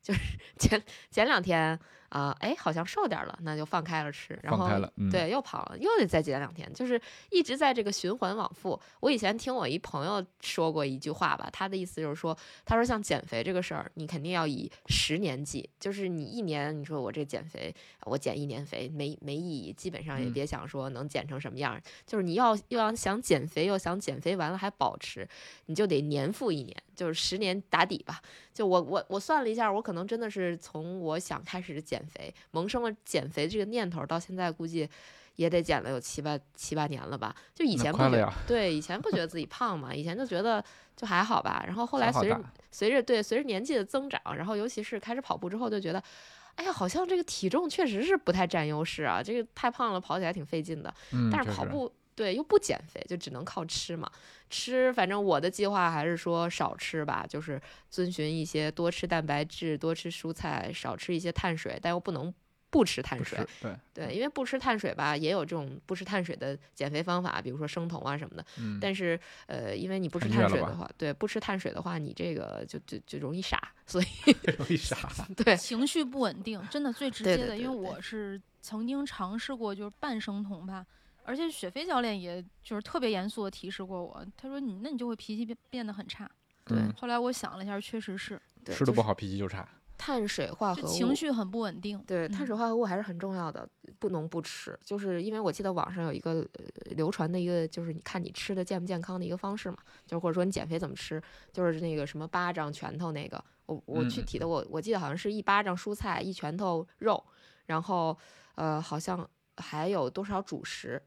[SPEAKER 2] 就是前前两天啊，哎、好像瘦点儿了，那就放开了吃，然
[SPEAKER 3] 放
[SPEAKER 2] 后
[SPEAKER 3] 开了，嗯，
[SPEAKER 2] 对，又跑了，又得再减两天，就是一直在这个循环往复。我以前听我一朋友说过一句话吧，他的意思就是说，他说像减肥这个事儿，你肯定要以十年计，就是你一年，你说我这减肥，我减一年肥没没意义，基本上也
[SPEAKER 3] 嗯
[SPEAKER 2] 别想说能减成什么样儿，就是你要又要想减肥，又想减肥完了还保持，你就得年复一年，就是十年打底吧。就我我我算了一下，我可能真的是从我想开始减肥，萌生了减肥这个念头，到现在估计也得减了有七八七八年了吧。就以
[SPEAKER 3] 那
[SPEAKER 2] 前不
[SPEAKER 3] 快
[SPEAKER 2] 觉
[SPEAKER 3] 了呀
[SPEAKER 2] 对以前不觉得自己胖嘛，以前就觉得就还好吧。然后后来
[SPEAKER 3] 消耗
[SPEAKER 2] 随着
[SPEAKER 3] 大
[SPEAKER 2] 随着对随着年纪的增长，然后尤其是开始跑步之后，就觉得。哎呀，好像这个体重确实是不太占优势啊，这个太胖了，跑起来挺费劲的。
[SPEAKER 3] 嗯，
[SPEAKER 2] 但
[SPEAKER 3] 确
[SPEAKER 2] 是跑
[SPEAKER 3] 实
[SPEAKER 2] 步对又不减肥，就只能靠吃嘛。吃，反正我的计划还是说少吃吧，就是遵循一些多吃蛋白质、多吃蔬菜、少吃一些碳水，但又不能不吃碳
[SPEAKER 3] 不
[SPEAKER 2] 水
[SPEAKER 3] 吃。嗯对，
[SPEAKER 2] 对，因为不吃碳水吧，也有这种不吃碳水的减肥方法，比如说生酮啊什么的。
[SPEAKER 3] 嗯，
[SPEAKER 2] 但是，呃，因为你不吃
[SPEAKER 3] 很
[SPEAKER 2] 碳
[SPEAKER 3] 虐了
[SPEAKER 2] 水的
[SPEAKER 3] 吧
[SPEAKER 2] 话，对，不吃碳水的话，你这个就就就容易傻，所以
[SPEAKER 3] 为啥？
[SPEAKER 2] 对，
[SPEAKER 5] 情绪不稳定，真的最直接
[SPEAKER 2] 对
[SPEAKER 5] 的，
[SPEAKER 2] 对对
[SPEAKER 5] 因为
[SPEAKER 2] 对
[SPEAKER 5] 我是曾经尝试过，就是半生酮吧。而且雪飞教练也就是特别严肃的提示过我，他说你那你就会脾气变变得很差。
[SPEAKER 2] 对
[SPEAKER 3] 嗯
[SPEAKER 5] 后来我想了一下，确实是，
[SPEAKER 2] 对
[SPEAKER 3] 吃的不，好，脾气就差。
[SPEAKER 2] 就是碳水化
[SPEAKER 5] 就
[SPEAKER 2] 合物，
[SPEAKER 5] 情绪很不稳定。
[SPEAKER 2] 对，碳
[SPEAKER 5] 嗯
[SPEAKER 2] 水化合物还是很重要的，不能不吃。就是因为我记得网上有一个呃流传的一个，就是你看你吃的健不健康的一个方式嘛，就是或者说你减肥怎么吃，就是那个什么巴掌、拳头那个。我我
[SPEAKER 3] 嗯
[SPEAKER 2] 具
[SPEAKER 3] 嗯
[SPEAKER 2] 体的我我记得好像是一巴掌蔬菜，一拳头肉，然后呃好像还有多少主食，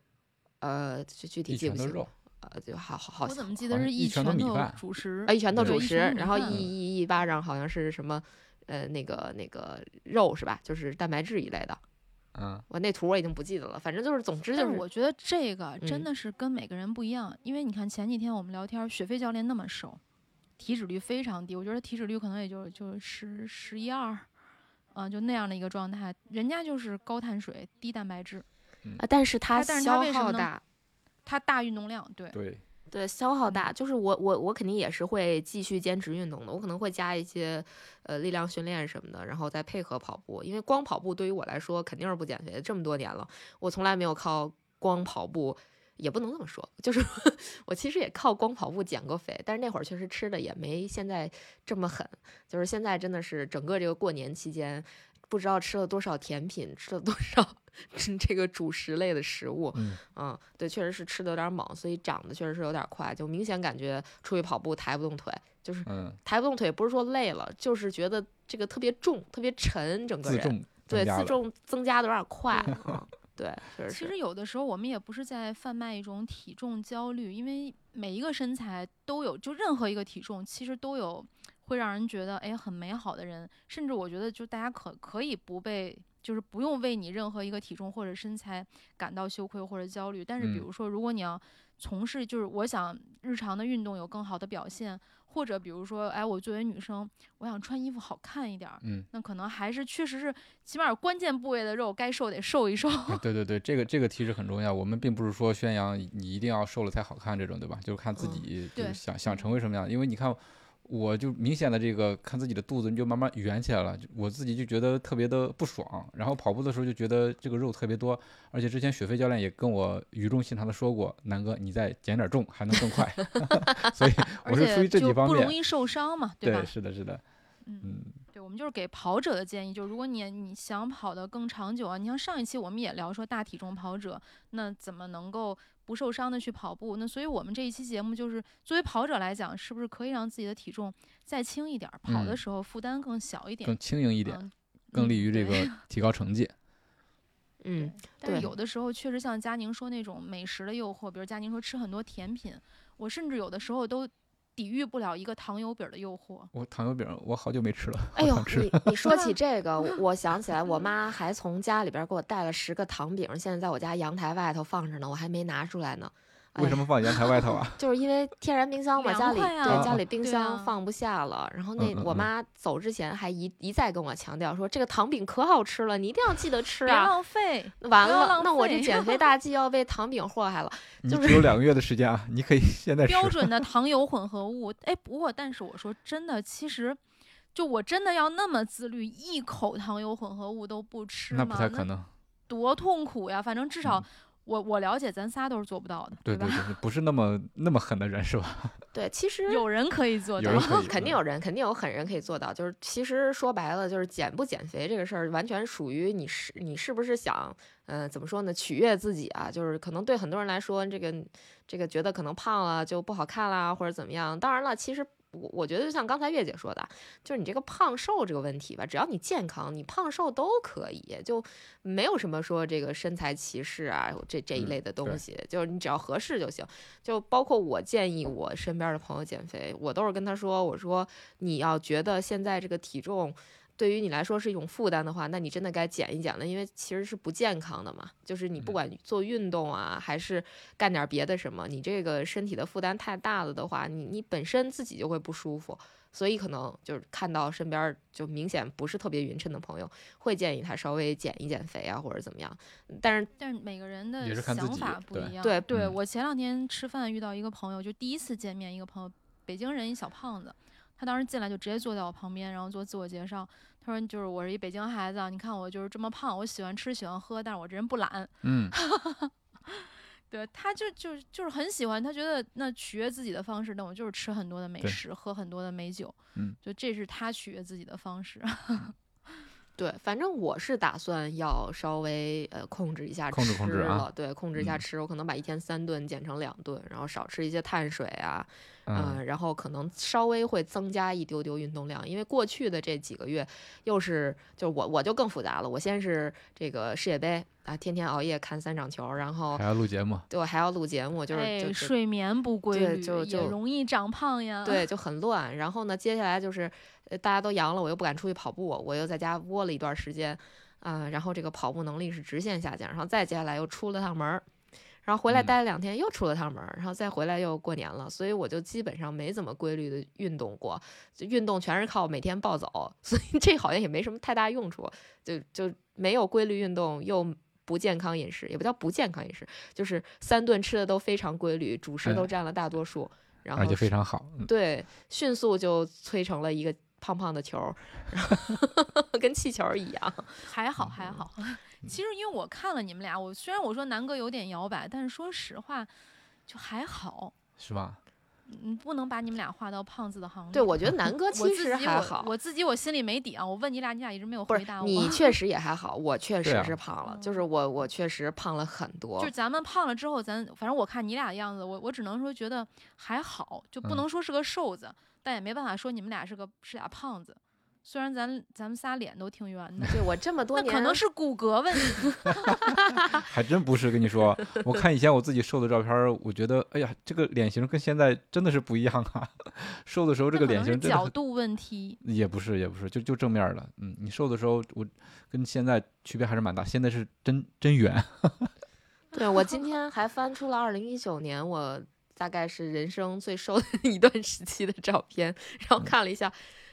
[SPEAKER 2] 呃具具体
[SPEAKER 3] 一
[SPEAKER 2] 记不
[SPEAKER 3] 拳头
[SPEAKER 2] 清了，
[SPEAKER 3] 肉，
[SPEAKER 2] 呃就好好好
[SPEAKER 5] 我
[SPEAKER 2] 像
[SPEAKER 5] 怎么记得
[SPEAKER 3] 好像
[SPEAKER 5] 是
[SPEAKER 3] 一
[SPEAKER 5] 拳
[SPEAKER 3] 拳头米
[SPEAKER 5] 头
[SPEAKER 3] 饭
[SPEAKER 5] 主食
[SPEAKER 2] 啊，？一拳头
[SPEAKER 3] 对
[SPEAKER 2] 主
[SPEAKER 5] 一
[SPEAKER 2] 食，
[SPEAKER 5] 拳头米嗯
[SPEAKER 2] 然后
[SPEAKER 5] 饭
[SPEAKER 2] 一一一巴掌好像是什么呃那个那个肉是吧？就是蛋白质一类的。
[SPEAKER 3] 嗯，
[SPEAKER 2] 我那图我已经不记得了，反正就是，总之
[SPEAKER 5] 但
[SPEAKER 2] 就是
[SPEAKER 5] 我觉得这个真
[SPEAKER 2] 嗯
[SPEAKER 5] 的是跟每个人不一样，因为你看前几天我们聊天，雪飞教练那么瘦，体脂率非常低，我觉得体脂率可能也就就十十一二，嗯、就那样的一个状态。人家就是高碳水、低蛋白质，
[SPEAKER 2] 啊，但是它
[SPEAKER 5] 哎但但是它
[SPEAKER 2] 消
[SPEAKER 5] 为什么
[SPEAKER 2] 耗
[SPEAKER 5] 能
[SPEAKER 2] 大，
[SPEAKER 5] 它大运动量，对，
[SPEAKER 3] 对，
[SPEAKER 2] 对，消耗大，就是我我我肯定也是会继续坚持运动的，我可能会加一些呃力量训练什么的，然后再配合跑步，因为光跑步对于我来说肯定是不减肥的，这么多年了，我从来没有靠光跑步。也不能这么说，就是 我其实也靠光跑步减过肥，但是那会儿确实吃的也没现在这么狠，就是现在真的是整个这个过年期间，不知道吃了多少甜品，吃了多少 这个主食类的食物，
[SPEAKER 3] 嗯
[SPEAKER 2] 嗯，对，确实是吃的有点猛，所以长得确实是有点快，就明显感觉出去跑步抬不动腿，就是
[SPEAKER 3] 嗯，
[SPEAKER 2] 抬不动腿，不是说累了，就是觉得这个特别重，特别沉，整个
[SPEAKER 3] 自
[SPEAKER 2] 人对
[SPEAKER 3] 重增加
[SPEAKER 2] 自
[SPEAKER 3] 了
[SPEAKER 2] 重增加的有点 快，嗯，对，确实
[SPEAKER 5] 其
[SPEAKER 2] 是
[SPEAKER 5] 实有的时候我们也不是在贩卖一种体重焦虑，因为每一个身材都有，就任何一个体重其实都有会让人觉得哎很美好的人，甚至我觉得就大家可可以不被。就是不用为你任何一个体重或者身材感到羞愧或者焦虑，但是比
[SPEAKER 3] 嗯
[SPEAKER 5] 如说，如果你要从事就是我想日常的运动有更好的表现，或者比如说，哎，我作为女生，我想穿衣服好看一点儿，
[SPEAKER 3] 嗯，
[SPEAKER 5] 那可能还是确实是起码关键部位的肉该瘦得瘦一瘦，
[SPEAKER 3] 啊对对对，这个这个其实很重要。我们并不是说宣扬你一定要瘦了才好看这种，对吧？就是看自
[SPEAKER 2] 嗯
[SPEAKER 3] 己就是
[SPEAKER 5] 对
[SPEAKER 3] 想想成为什么样。因为你看，我就明显的这个看自己的肚子，你就慢慢圆起来了。就我自己就觉得特别的不爽，然后跑步的时候就觉得这个肉特别多。而且之前雪飞教练也跟我语重心长的说过，南哥你再减点重还能更 快。 所以
[SPEAKER 5] 而
[SPEAKER 3] 我是
[SPEAKER 5] 且
[SPEAKER 3] 出于这几
[SPEAKER 5] 就
[SPEAKER 3] 方
[SPEAKER 5] 不容
[SPEAKER 3] 面，
[SPEAKER 5] 易受伤嘛，
[SPEAKER 3] 对
[SPEAKER 5] 吧？
[SPEAKER 3] 是的，是的，
[SPEAKER 5] 嗯，
[SPEAKER 3] 嗯
[SPEAKER 5] 对，我们就是给跑者的建议，就是如果你你想跑得更长久啊，你像上一期我们也聊说大体重跑者，那怎么能够不受伤的去跑步？那所以我们这一期节目就是作为跑者来讲，是不是可以让自己的体重再轻一点儿，跑
[SPEAKER 3] 嗯
[SPEAKER 5] 的时候负担更小一点，
[SPEAKER 3] 更轻盈一点，
[SPEAKER 5] 嗯
[SPEAKER 3] 更
[SPEAKER 5] 嗯
[SPEAKER 3] 利于这
[SPEAKER 5] 对
[SPEAKER 3] 个提高成绩。
[SPEAKER 2] 嗯，
[SPEAKER 5] 但
[SPEAKER 2] 对
[SPEAKER 5] 是有的时候确实像佳宁说那种美食的诱惑，比如佳宁说吃很多甜品，我甚至有的时候都抵御不了一个糖油饼儿的诱惑。
[SPEAKER 3] 我糖油饼我好久没吃了，
[SPEAKER 2] 哎
[SPEAKER 3] 好
[SPEAKER 2] 呦
[SPEAKER 3] 想，吃。
[SPEAKER 2] 你你说 起这个，我我想起来，我妈还从家里边给我带了十个糖饼，现在在我家阳台外头放着呢，我还没拿出来呢。哎
[SPEAKER 3] 为什么放阳台外头啊？
[SPEAKER 2] 就是因为天然冰箱嘛，
[SPEAKER 5] 凉
[SPEAKER 2] 家里
[SPEAKER 5] 快啊
[SPEAKER 2] 对
[SPEAKER 3] 哦
[SPEAKER 2] 家里冰
[SPEAKER 5] 对
[SPEAKER 2] 箱
[SPEAKER 5] 啊
[SPEAKER 2] 放不下了。然后那
[SPEAKER 3] 嗯嗯
[SPEAKER 2] 我
[SPEAKER 3] 嗯
[SPEAKER 2] 妈走之前还一一再跟我强调说，这个糖饼可好吃了，你一定要记得吃
[SPEAKER 5] 别
[SPEAKER 2] 啊。
[SPEAKER 5] 浪费，
[SPEAKER 2] 完
[SPEAKER 5] 不要
[SPEAKER 2] 了
[SPEAKER 5] 浪，
[SPEAKER 2] 那我这
[SPEAKER 5] 费
[SPEAKER 2] 减肥大计要被糖饼祸害了。
[SPEAKER 3] 你
[SPEAKER 2] 就
[SPEAKER 3] 只
[SPEAKER 2] 是
[SPEAKER 3] 有两个月的时间啊，你可以 现在吃。
[SPEAKER 5] 标准的糖油混合物。哎，不过但是我说真的，其实就我真的要那么自律，一口糖油混合物都不吃
[SPEAKER 3] 那
[SPEAKER 5] 吗？
[SPEAKER 3] 不太可，能，
[SPEAKER 5] 多痛苦呀！反正至少
[SPEAKER 3] 嗯
[SPEAKER 5] 我、我了解，咱仨都是做不到的，
[SPEAKER 3] 对对
[SPEAKER 5] 吧？
[SPEAKER 3] 对，不是那么那么狠的人是吧？
[SPEAKER 2] 对，其实
[SPEAKER 5] 有人可以做
[SPEAKER 3] 有
[SPEAKER 5] 到
[SPEAKER 3] 人，可以，
[SPEAKER 2] 肯定有人，肯定有狠人可以做到。就是其实说白了，就是减不减肥这个事儿，完全属于你是你是不是想，呃，怎么说呢，取悦自己啊？就是可能对很多人来说，这个这个觉得可能胖了就不好看啦，或者怎么样。当然了，其实。我我觉得就像刚才月姐说的，就是你这个胖瘦这个问题吧，只要你健康，你胖瘦都可以，就没有什么说这个身材歧视啊，这这一
[SPEAKER 3] 嗯
[SPEAKER 2] 类的东
[SPEAKER 3] 对
[SPEAKER 2] 西，就是你只要合适就行。就包括我建议我身边的朋友减肥，我都是跟他说，我说你要觉得现在这个体重对于你来说是一种负担的话，那你真的该减一减了，因为其实是不健康的嘛。就是你不
[SPEAKER 3] 嗯
[SPEAKER 2] 管做运动啊，还是干点别的什么，你这个身体的负担太大了的话，你你本身自己就会不舒服。所以可能就是看到身边儿就明显不是特别匀称的朋友，会建议他稍微减一减肥啊，或者怎么样。但是
[SPEAKER 5] 但是每个人的
[SPEAKER 3] 也是看自
[SPEAKER 5] 想
[SPEAKER 3] 己
[SPEAKER 5] 法不
[SPEAKER 3] 对
[SPEAKER 5] 一样。
[SPEAKER 2] 对
[SPEAKER 5] 对
[SPEAKER 3] 嗯
[SPEAKER 5] 我前两天吃饭遇到一个朋友，就第一次见面，一个朋友，北京人，一小胖子。他当时进来就直接坐在我旁边，然后做自我介绍。他说：“就是我是一北京孩子啊，你看我就是这么胖，我喜欢吃喜欢喝，但是我这人不懒。
[SPEAKER 3] 嗯，
[SPEAKER 5] 对，他就就就是很喜欢，他觉得那取悦自己的方式，那我就是吃很多的美
[SPEAKER 3] 对
[SPEAKER 5] 食，喝很多的美酒。
[SPEAKER 3] 嗯，
[SPEAKER 5] 就这是他取悦自己的方式。
[SPEAKER 2] 对，反正我是打算要稍微呃控制一下
[SPEAKER 3] 控制
[SPEAKER 2] 吃
[SPEAKER 3] 控制啊
[SPEAKER 2] 了，对，控制一下
[SPEAKER 3] 嗯
[SPEAKER 2] 吃，我可能把一天三顿减成两顿，然后少吃一些碳水啊，
[SPEAKER 3] 嗯
[SPEAKER 2] 呃，然后可能稍微会增加一丢丢运动量，因为过去的这几个月又是就是我我就更复杂了，我先是这个世界杯啊，天天熬夜看三场球，然后
[SPEAKER 3] 还要录节目，
[SPEAKER 2] 对我还要录节目，就是、
[SPEAKER 5] 哎，
[SPEAKER 2] 就是
[SPEAKER 5] 睡眠不规
[SPEAKER 2] 对
[SPEAKER 5] 律
[SPEAKER 2] 就就
[SPEAKER 5] 也容易长胖呀。
[SPEAKER 2] 对，就很乱。然后呢，接下来就是呃大家都阳了，我又不敢出去跑步，我又在家窝了一段时间，啊、然后这个跑步能力是直线下降，然后再接下来又出了趟门儿，然后回来
[SPEAKER 3] 嗯
[SPEAKER 2] 待了两天，又出了趟门儿，然后再回来又过年了，所以我就基本上没怎么规律的运动过，就运动全是靠每天暴走， 所以这好像也没什么太大用处，就就没有规律运动又。不健康饮食也不叫不健康饮食，就是三顿吃的都非常规律，主食
[SPEAKER 3] 哎
[SPEAKER 2] 都占了大多数，然后
[SPEAKER 3] 而且非
[SPEAKER 2] 是
[SPEAKER 3] 常好，嗯
[SPEAKER 2] 对，迅速就催成了一个胖胖的球儿， 然后跟气球儿一样。
[SPEAKER 5] 还好还
[SPEAKER 2] 嗯
[SPEAKER 5] 好。其实因为我看了你们俩，我虽然我说南哥有点摇摆，但是说实话，就还好。
[SPEAKER 3] 是吧？
[SPEAKER 5] 嗯，不能把你们俩划到胖子的行列。
[SPEAKER 2] 对， 我觉得南哥
[SPEAKER 5] 我
[SPEAKER 2] 其
[SPEAKER 5] 自
[SPEAKER 2] 实
[SPEAKER 5] 己
[SPEAKER 2] 还
[SPEAKER 5] 我
[SPEAKER 2] 好，
[SPEAKER 5] 我自己我心里没底啊。我问你俩，你俩一直没有
[SPEAKER 2] 不
[SPEAKER 5] 回
[SPEAKER 2] 是
[SPEAKER 5] 答我。
[SPEAKER 2] 你确实也还好，我确
[SPEAKER 3] 对
[SPEAKER 2] 实
[SPEAKER 3] 啊
[SPEAKER 2] 是胖了，
[SPEAKER 5] 嗯
[SPEAKER 2] 就是我我确实胖了很多，
[SPEAKER 5] 就。咱们胖了之后，咱反正我看你俩的样子，我我只能说觉得还好，就不
[SPEAKER 3] 嗯
[SPEAKER 5] 能说是个瘦子，但也没办法说你们俩是个是俩胖子。虽然咱咱们仨脸都挺圆的
[SPEAKER 2] 对我这 么多
[SPEAKER 5] 那
[SPEAKER 2] 年，
[SPEAKER 5] 可能是骨骼问题。
[SPEAKER 3] 还真不是，跟你 说，我看以前我自己瘦的照片儿，我觉得，哎呀，这个脸型跟现在真的是不一样啊！ 瘦的时候这
[SPEAKER 5] 那
[SPEAKER 3] 个
[SPEAKER 5] 可
[SPEAKER 3] 脸
[SPEAKER 5] 能是
[SPEAKER 3] 型真的
[SPEAKER 5] 角
[SPEAKER 3] 很
[SPEAKER 5] 度问题。
[SPEAKER 3] 也不是，也不是，就就正面儿的。嗯，你瘦的时候，我跟现在区别还是蛮大。现在是真真圆，
[SPEAKER 2] 对我今天还翻出了二零一九年我大概是人生最瘦的 一段时期的照片，然后
[SPEAKER 3] 嗯
[SPEAKER 2] 看了一下，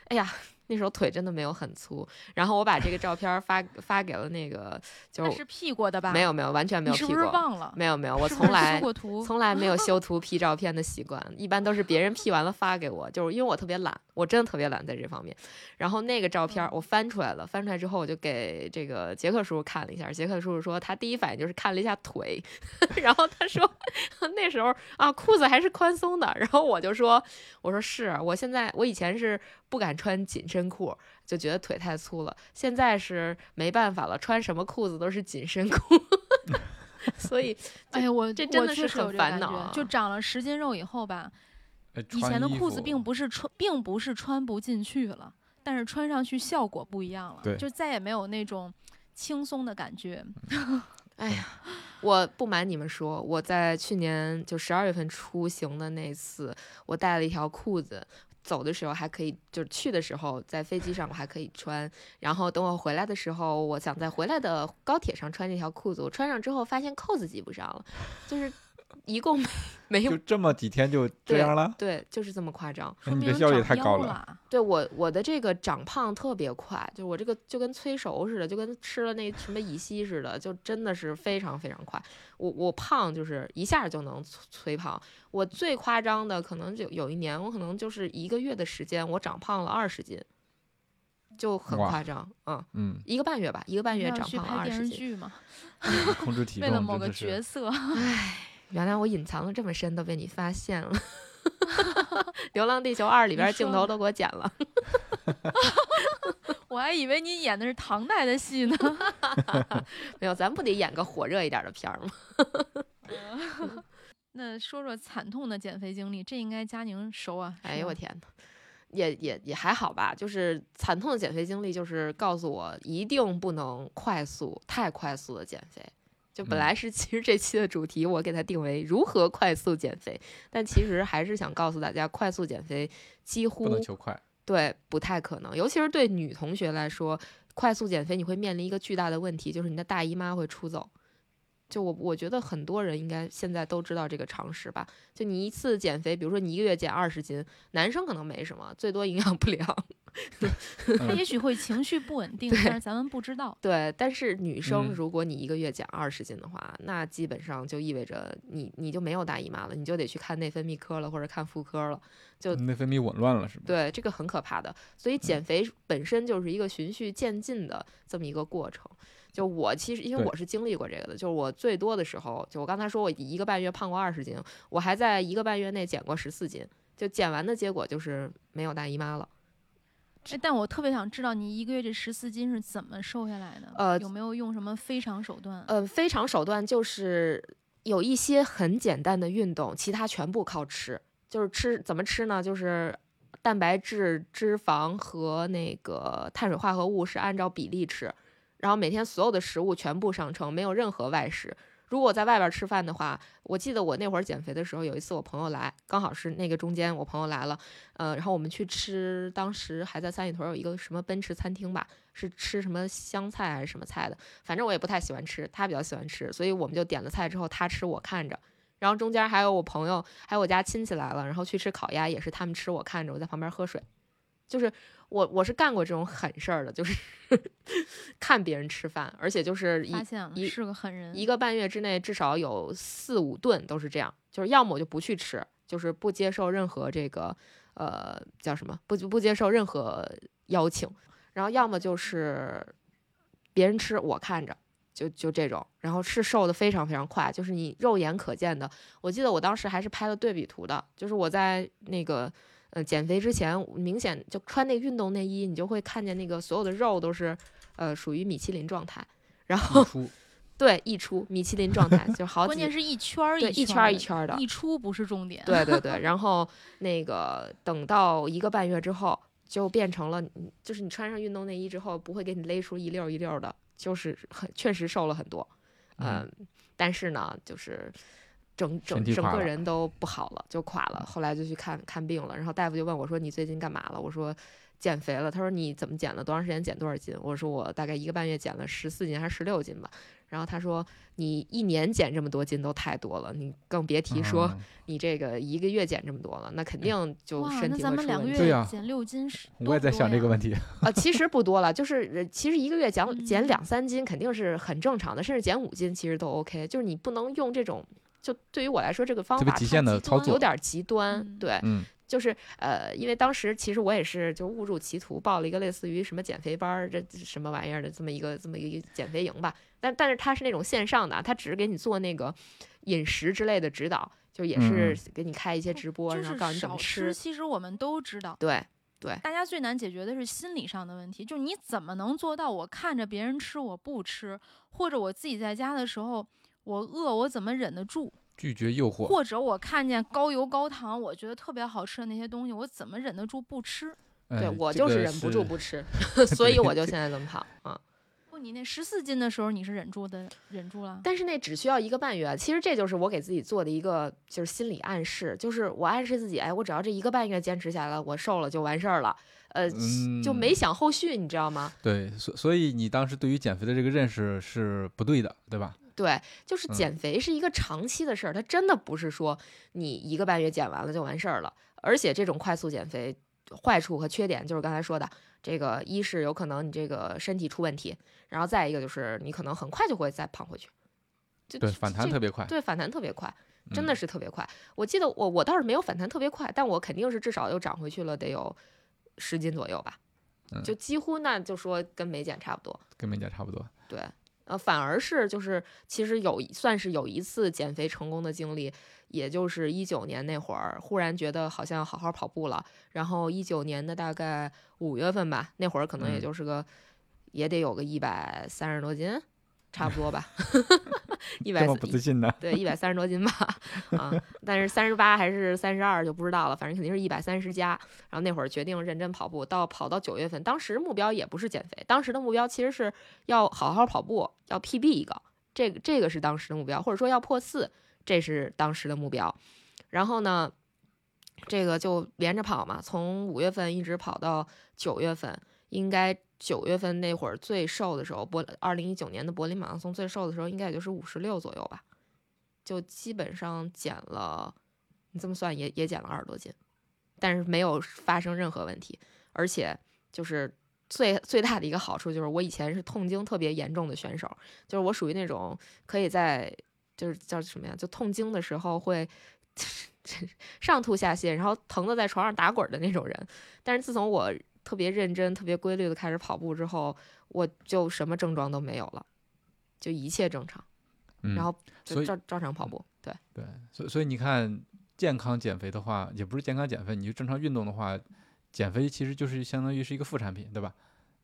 [SPEAKER 2] 哎呀。那时候腿真的没有很粗，然后我把这个照片儿发发给了那个， 就
[SPEAKER 5] 那是 P 过的吧？
[SPEAKER 2] 没有没有完全没
[SPEAKER 5] 你
[SPEAKER 2] 有 P
[SPEAKER 5] 是
[SPEAKER 2] 过，
[SPEAKER 5] 不是忘了？
[SPEAKER 2] 没有没有，我
[SPEAKER 5] 是不是
[SPEAKER 2] 从来
[SPEAKER 5] 修过图，
[SPEAKER 2] 从来没有修图 P 照片的习惯，一般都是别人 P 完了发给我，就是因为我特别懒，我真的特别懒在这方面。然后那个照片儿
[SPEAKER 5] 嗯
[SPEAKER 2] 我翻出来了，翻出来之后我就给这个杰克叔叔看了一下，杰克叔叔说他第一反应就是看了一下腿， 然后他说 那时候啊裤子还是宽松的，然后我就说我说是啊我现在我以前是不敢穿紧身裤，就觉得腿太粗了，现在是没办法了，穿什么裤子都是紧身裤。 所以
[SPEAKER 5] 哎呀，我
[SPEAKER 2] 这
[SPEAKER 5] 我
[SPEAKER 2] 真的
[SPEAKER 5] 确
[SPEAKER 2] 是
[SPEAKER 5] 实有
[SPEAKER 2] 很
[SPEAKER 5] 这个
[SPEAKER 2] 烦
[SPEAKER 5] 感
[SPEAKER 2] 恼
[SPEAKER 5] 觉
[SPEAKER 2] 啊
[SPEAKER 5] 就长了十斤肉以后吧，
[SPEAKER 3] 呃
[SPEAKER 5] 以前的裤子并不是穿，并不是穿不进去了，但是穿上去效果不一样
[SPEAKER 3] 对
[SPEAKER 5] 了，就再也没有那种轻松的感觉。
[SPEAKER 2] 哎我不瞒你们说，我在去年就十二月份出行的那次，我带了一条裤子，走的时候还可以，就是去的时候在飞机上我还可以穿，然后等我回来的时候，我想在回来的高铁上穿这条裤子，我穿上之后发现扣子系不上了，就是一共没没有
[SPEAKER 3] 就这么几天就这样了。
[SPEAKER 2] 对，就是这么夸张。
[SPEAKER 5] 说
[SPEAKER 3] 嗯你
[SPEAKER 5] 明
[SPEAKER 3] 这效率也
[SPEAKER 5] 长
[SPEAKER 3] 太
[SPEAKER 5] 腰
[SPEAKER 3] 高 了
[SPEAKER 5] 了。
[SPEAKER 2] 对我我的这个长胖特别快，就是我这个就跟催熟似的，就跟吃了那什么乙烯似的，就真的是非常非常快。我我胖就是一下就能催催胖，我最夸张的可能就有一年，我可能就是一个月的时间，我长胖了二十斤，就很
[SPEAKER 3] 哇
[SPEAKER 2] 夸张，嗯，
[SPEAKER 3] 嗯，
[SPEAKER 2] 一个半月吧，一个半
[SPEAKER 5] 你
[SPEAKER 2] 月
[SPEAKER 5] 要
[SPEAKER 2] 长
[SPEAKER 5] 去
[SPEAKER 2] 胖了
[SPEAKER 5] 拍
[SPEAKER 2] 二
[SPEAKER 5] 电
[SPEAKER 2] 十
[SPEAKER 5] 视
[SPEAKER 2] 斤。
[SPEAKER 5] 剧嘛，
[SPEAKER 3] 控制体
[SPEAKER 5] 为
[SPEAKER 3] 重
[SPEAKER 5] 了某
[SPEAKER 3] 真
[SPEAKER 5] 个
[SPEAKER 3] 的
[SPEAKER 5] 角
[SPEAKER 3] 是
[SPEAKER 5] 色，
[SPEAKER 2] 原来我隐藏了这么深，都被你发 现了。 《流浪地球二》里边
[SPEAKER 5] 你说
[SPEAKER 2] 镜头
[SPEAKER 5] 呢
[SPEAKER 2] 都给我剪了，
[SPEAKER 5] 我还以为你演的是唐代的戏 呢。
[SPEAKER 2] 没有，咱不得演个火热一点的片儿吗？
[SPEAKER 5] 那说说惨痛的减肥经历，这应该佳宁熟啊。
[SPEAKER 2] 哎
[SPEAKER 5] 是
[SPEAKER 2] 呦
[SPEAKER 5] 吧
[SPEAKER 2] 我天呐，也也也还好吧，就是惨痛的减肥经历，就是告诉我一定不能快速、太快速的减肥。就本
[SPEAKER 3] 嗯
[SPEAKER 2] 来是其实这期的主题，我给它定为如何快速减肥，但其实还是想告诉大家，快速减肥几乎
[SPEAKER 3] 不能求快。
[SPEAKER 2] 对，不太可能，尤其是对女同学来说，快速减肥你会面临一个巨大的问题，就是你的大姨妈会出走。就我我觉得很多人应该现在都知道这个常识吧？就你一次减肥，比如说你一个月减二十斤，男生可能没什么，最多营养不良。
[SPEAKER 3] 嗯
[SPEAKER 5] 他也许会情绪不稳定，但是咱们不知道。
[SPEAKER 2] 对，但是女生
[SPEAKER 3] 嗯
[SPEAKER 2] 如果你一个月减二十斤的话，那基本上就意味着你你就没有大姨妈了，你就得去看内分泌科了或者看妇科了。就
[SPEAKER 3] 内分泌紊乱了是吧？
[SPEAKER 2] 呃对，这个很可怕的。所以减肥本身就是一个循序渐进的这么一个过程。就我其实因为
[SPEAKER 3] 对
[SPEAKER 2] 我是经历过这个的，就是我最多的时候，就我刚才说我一个半月胖过二十斤，我还在一个半月内减过十四斤，就减完的结果就是没有大姨妈了。
[SPEAKER 5] 哎，但我特别想知道你一个月这十四斤是怎么瘦下来的？
[SPEAKER 2] 呃
[SPEAKER 5] 有没有用什么非常手段？啊
[SPEAKER 2] 呃，非常手段就是有一些很简单的运动，其他全部靠吃。就是吃怎么吃呢？就是蛋白质、脂肪和那个碳水化合物是按照比例吃，然后每天所有的食物全部上称，没有任何外食。如果我在外边吃饭的话，我记得我那会儿减肥的时候，有一次我朋友来，刚好是那个中间我朋友来了，呃，然后我们去吃，当时还在三里屯有一个什么奔驰餐厅吧，是吃什么湘菜还是什么菜的，反正我也不太喜欢吃，他比较喜欢吃，所以我们就点了菜之后，他吃我看着。然后中间还有我朋友，还有我家亲戚来了，然后去吃烤鸭，也是他们吃，我看着，我在旁边喝水。就是我我是干过这种狠事儿的，就是 看别人吃饭，而且就是一
[SPEAKER 5] 发现了
[SPEAKER 2] 一
[SPEAKER 5] 是个狠人，
[SPEAKER 2] 一个半月之内至少有四五顿都是这样，就是要么我就不去吃，就是不接受任何这个呃叫什么不不接受任何邀请，然后要么就是别人吃我看着。就就这种，然后是瘦的非常非常快，就是你肉眼可见的。我记得我当时还是拍了对比图的，就是我在那个呃减肥之前，明显就穿那个运动内衣，你就会看见那个所有的肉都是呃属于米其林状态，然后
[SPEAKER 3] 溢出
[SPEAKER 2] 对，溢出米其林状态，就是好几，
[SPEAKER 5] 关键是一圈儿
[SPEAKER 2] 对
[SPEAKER 5] 一
[SPEAKER 2] 一圈儿一
[SPEAKER 5] 的
[SPEAKER 2] 圈儿的，
[SPEAKER 5] 溢出不是重点，
[SPEAKER 2] 对对对。然后那个等到一个半月之后，就变成了，嗯就是你穿上运动内衣之后，不会给你勒出一溜儿一溜儿的，就是很确实瘦了很多，
[SPEAKER 3] 嗯
[SPEAKER 2] 嗯，但是呢，就是。整整
[SPEAKER 3] 身体
[SPEAKER 2] 整
[SPEAKER 3] 垮
[SPEAKER 2] 个
[SPEAKER 3] 了
[SPEAKER 2] 人都不好了，就垮
[SPEAKER 5] 嗯
[SPEAKER 2] 了。后来就去看看病了，然后大夫就问我说：“你最近干嘛了？”我说：“减肥了。”他说：“你怎么减的？多长时间减多少斤？”我说：“我大概一个半月减了十四斤还是十六斤吧。”然后他说：“你一年减这么多斤都太多了，你更别提说
[SPEAKER 5] 哦
[SPEAKER 3] 嗯
[SPEAKER 2] 你这个一个月减这么多了，那肯定就
[SPEAKER 5] 哎哇，
[SPEAKER 2] 身
[SPEAKER 5] 那
[SPEAKER 2] 体
[SPEAKER 5] 咱
[SPEAKER 2] 会
[SPEAKER 5] 们
[SPEAKER 2] 出
[SPEAKER 5] 两
[SPEAKER 2] 问
[SPEAKER 5] 个
[SPEAKER 2] 题
[SPEAKER 3] 对
[SPEAKER 5] 月
[SPEAKER 3] 呀
[SPEAKER 5] 减六斤是多不多呀，
[SPEAKER 3] 我也在想这个问题，
[SPEAKER 2] 啊。其实不多了，就是呃其实一个月减减
[SPEAKER 5] 嗯
[SPEAKER 2] 两三斤肯定是很正常的，甚至减五斤其实都 OK。就是你不能用这种，就对于我来说这个方
[SPEAKER 3] 特别
[SPEAKER 2] 法
[SPEAKER 3] 极
[SPEAKER 2] 太
[SPEAKER 3] 限的
[SPEAKER 5] 极
[SPEAKER 3] 操
[SPEAKER 5] 端
[SPEAKER 2] 有
[SPEAKER 3] 作，
[SPEAKER 2] 点极端，
[SPEAKER 5] 嗯
[SPEAKER 2] 对，
[SPEAKER 3] 嗯，
[SPEAKER 2] 就是呃，因为当时其实我也是就误入歧途，报了一个类似于什么减肥班儿，这这什么玩意儿的这么一个这么一个减肥营吧。但但是它是那种线上的啊，它只是给你做那个饮食之类的指导，就也是
[SPEAKER 3] 嗯
[SPEAKER 2] 给你开一些直播，
[SPEAKER 5] 就
[SPEAKER 2] 然后
[SPEAKER 5] 是
[SPEAKER 2] 告诉你怎么
[SPEAKER 5] 少
[SPEAKER 2] 吃。
[SPEAKER 5] 其实我们都知道，
[SPEAKER 2] 对，
[SPEAKER 5] 大家最难解决的是心理上的问题，就是你怎么能做到我看着别人吃我不吃，或者我自己在家的时候我饿我怎么忍得住，
[SPEAKER 3] 拒绝诱惑，
[SPEAKER 5] 或者我看见高油高糖我觉得特别好吃的那些东西，我怎么忍得住不吃？
[SPEAKER 2] 对
[SPEAKER 3] 嗯
[SPEAKER 2] 我
[SPEAKER 3] 这
[SPEAKER 2] 就
[SPEAKER 3] 个
[SPEAKER 2] 哎是忍不住不 吃，所以我就现在这么胖啊。
[SPEAKER 5] 不，你那十四斤的时候你是忍住的，忍住了。
[SPEAKER 2] 但是那只需要一个半月，其实这就是我给自己做的一个就是心理暗示，就是我暗示自己，哎，我只要这一个半月坚持下来，我瘦了就完事儿了，呃，就没
[SPEAKER 3] 嗯
[SPEAKER 2] 想后续，你知道吗？
[SPEAKER 3] 对，所所以你当时对于减肥的这个认识是不对的，对吧？
[SPEAKER 2] 对，就是
[SPEAKER 3] 嗯
[SPEAKER 2] 减肥是一个长期的事儿，它真的不是说你一个半月减完了就完事儿了。而且这种快速减肥，坏处和缺点就是刚才说的，这个一是有可能你这个身体出问题，然后再一个就是你可能很快就会再胖回去，就
[SPEAKER 3] 对，反弹
[SPEAKER 2] 这
[SPEAKER 3] 特别快，
[SPEAKER 2] 对反弹特别快。真的
[SPEAKER 3] 嗯
[SPEAKER 2] 是特别快。我记得我我倒是没有反弹特别快，但我肯定是至少又长回去了，得有十斤左右吧
[SPEAKER 3] 嗯，
[SPEAKER 2] 就几乎那就说跟没减差不多。
[SPEAKER 3] 跟美甲差不多。
[SPEAKER 2] 对，呃，反而是就是其实有一算是有一次减肥成功的经历，也就是一九年那会儿，忽然觉得好像好好跑步了，然后一九年的大概五月份吧，那会儿可能也
[SPEAKER 3] 嗯
[SPEAKER 2] 就是个、也得有个一百三十多斤，差不多吧， 一百
[SPEAKER 3] 这么不自信呢？
[SPEAKER 2] 对，一百三十多斤吧，啊，但是三十八还是三十二就不知道了，反正肯定是一百三十加。然后那会儿决定认真跑步，到跑到九月份，当时目标也不是减肥，当时的目标其实是要好好跑步，要 PB 一个，这个这个是当时的目标，或者说要破四，这是当时的目标。然后呢，这个就连着跑嘛，从五月份一直跑到九月份，应该。九月份那会儿最瘦的时候，柏二零一九年的柏林马拉松最瘦的时候，应该也就是五十六左右吧。就基本上减了，你这么算也也减了二十多斤，但是没有发生任何问题，而且就是最最大的一个好处就是我以前是痛经特别严重的选手，就是我属于那种可以在就是叫什么呀，就痛经的时候会 上吐下泻，然后疼的在床上打滚儿的那种人，但是自从我特别认真、特别规律的开始跑步之后，我就什么症状都没有了，就一切正常，
[SPEAKER 3] 嗯，
[SPEAKER 2] 然后
[SPEAKER 3] 所
[SPEAKER 2] 就
[SPEAKER 3] 以
[SPEAKER 2] 照照常跑步，对。
[SPEAKER 3] 对，所以所以你看，健康减肥的话，也不是健康减肥，你就正常运动的话，减肥其实就是相当于是一个副产品，对吧？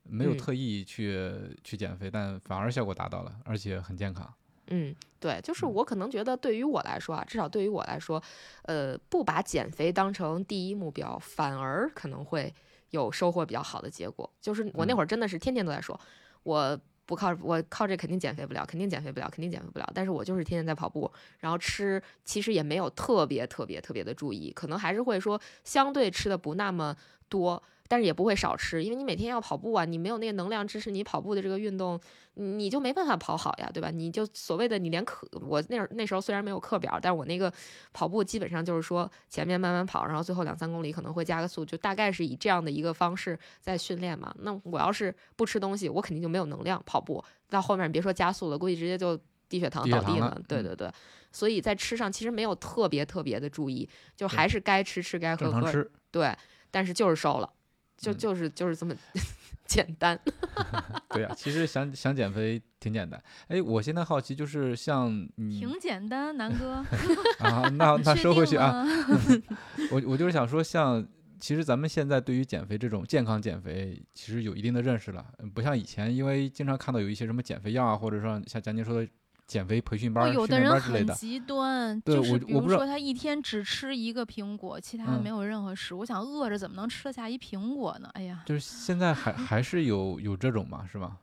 [SPEAKER 3] 没有
[SPEAKER 2] 嗯
[SPEAKER 3] 特意去、去减肥，但反而效果达到了，而且很健康。
[SPEAKER 2] 嗯，对，就是我可能觉得对于我来说啊，至少对于我来说，呃，不把减肥当成第一目标，反而可能会有收获比较好的结果。就是我那
[SPEAKER 3] 嗯
[SPEAKER 2] 会儿真的是天天都在说，我不靠我靠这肯定减肥不了，肯定减肥不了，肯定减肥不了。但是我就是天天在跑步，然后吃其实也没有特别特别特别的注意，可能还是会说相对吃的不那么多，但是也不会少吃，因为你每天要跑步啊，你没有那个能量支持你跑步的这个运动，你就没办法跑好呀，对吧？你就所谓的你连课，我那儿那时候虽然没有课表，但是我那个跑步基本上就是说前面慢慢跑，然后最后两三公里可能会加个速，就大概是以这样的一个方式在训练嘛。那我要是不吃东西，我肯定就没有能量跑步，到后面别说加速了，估计直接就低血糖
[SPEAKER 3] 低血
[SPEAKER 2] 倒地
[SPEAKER 3] 糖
[SPEAKER 2] 了
[SPEAKER 3] 了。
[SPEAKER 2] 对
[SPEAKER 3] 嗯
[SPEAKER 2] 对对，所以在吃上其实没有特别特别的注意，就
[SPEAKER 3] 对
[SPEAKER 2] 还是该吃吃，该喝
[SPEAKER 3] 正常
[SPEAKER 2] 喝，
[SPEAKER 3] 吃。
[SPEAKER 2] 对，但是就是瘦了，就
[SPEAKER 3] 嗯
[SPEAKER 2] 就是就是这么 简单。
[SPEAKER 3] 对呀、其实想想减肥挺简单。哎，我现在好奇就是像你
[SPEAKER 5] 挺简单，南 哥。
[SPEAKER 3] 啊，那
[SPEAKER 5] 你
[SPEAKER 3] 那
[SPEAKER 5] 确
[SPEAKER 3] 收回
[SPEAKER 5] 定
[SPEAKER 3] 去啊，
[SPEAKER 5] 吗。
[SPEAKER 3] 我我就是想说像，其实咱们现在对于减肥这种健康减肥，其实有一定的认识了，嗯不像以前，因为经常看到有一些什么减肥药啊，或者说像蒋宁说的减肥培训班
[SPEAKER 5] 不，
[SPEAKER 3] 儿、
[SPEAKER 5] 哦有
[SPEAKER 3] 训
[SPEAKER 5] 的
[SPEAKER 3] 练
[SPEAKER 5] 人
[SPEAKER 3] 班儿之类
[SPEAKER 5] 很
[SPEAKER 3] 的。
[SPEAKER 5] 极端，
[SPEAKER 3] 对
[SPEAKER 5] 就
[SPEAKER 3] 我
[SPEAKER 5] 是比
[SPEAKER 3] 我
[SPEAKER 5] 如
[SPEAKER 3] 不知道
[SPEAKER 5] 说他一天只吃一个苹果，其他的
[SPEAKER 3] 嗯
[SPEAKER 5] 没有任何食物。我想饿着怎么能吃得下一苹果呢？哎呀，
[SPEAKER 3] 就是现在还还是有有这种嘛，是吗？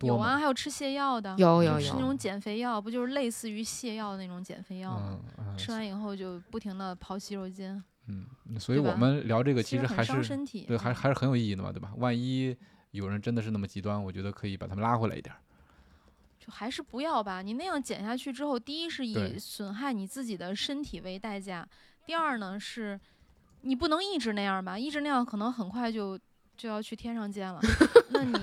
[SPEAKER 5] 有
[SPEAKER 3] 多
[SPEAKER 5] 啊，
[SPEAKER 3] 吗？
[SPEAKER 5] 还有吃泻药的，
[SPEAKER 2] 有
[SPEAKER 3] 有
[SPEAKER 2] 有
[SPEAKER 5] 吃那
[SPEAKER 2] 有，
[SPEAKER 5] 种减肥药，不就是类似于泻药的那种减肥药吗？
[SPEAKER 3] 嗯嗯
[SPEAKER 5] 吃完以后就不停的刨吸肉筋，
[SPEAKER 3] 嗯，所以
[SPEAKER 5] 对
[SPEAKER 3] 我
[SPEAKER 5] 吧
[SPEAKER 3] 们聊这个其实
[SPEAKER 5] 很
[SPEAKER 3] 还
[SPEAKER 5] 伤
[SPEAKER 3] 是
[SPEAKER 5] 身体。
[SPEAKER 3] 对，还
[SPEAKER 5] 嗯
[SPEAKER 3] 还是很有意义的嘛，对吧？万一有人真的是那么极端，我觉得可以把他们拉回来一点儿。
[SPEAKER 5] 就还是不要吧。你那样减下去之后，第一是以
[SPEAKER 3] 对
[SPEAKER 5] 损害你自己的身体为代价，第二呢是，你不能一直那样吧，一直那样可能很快就就要去天上见了。那 你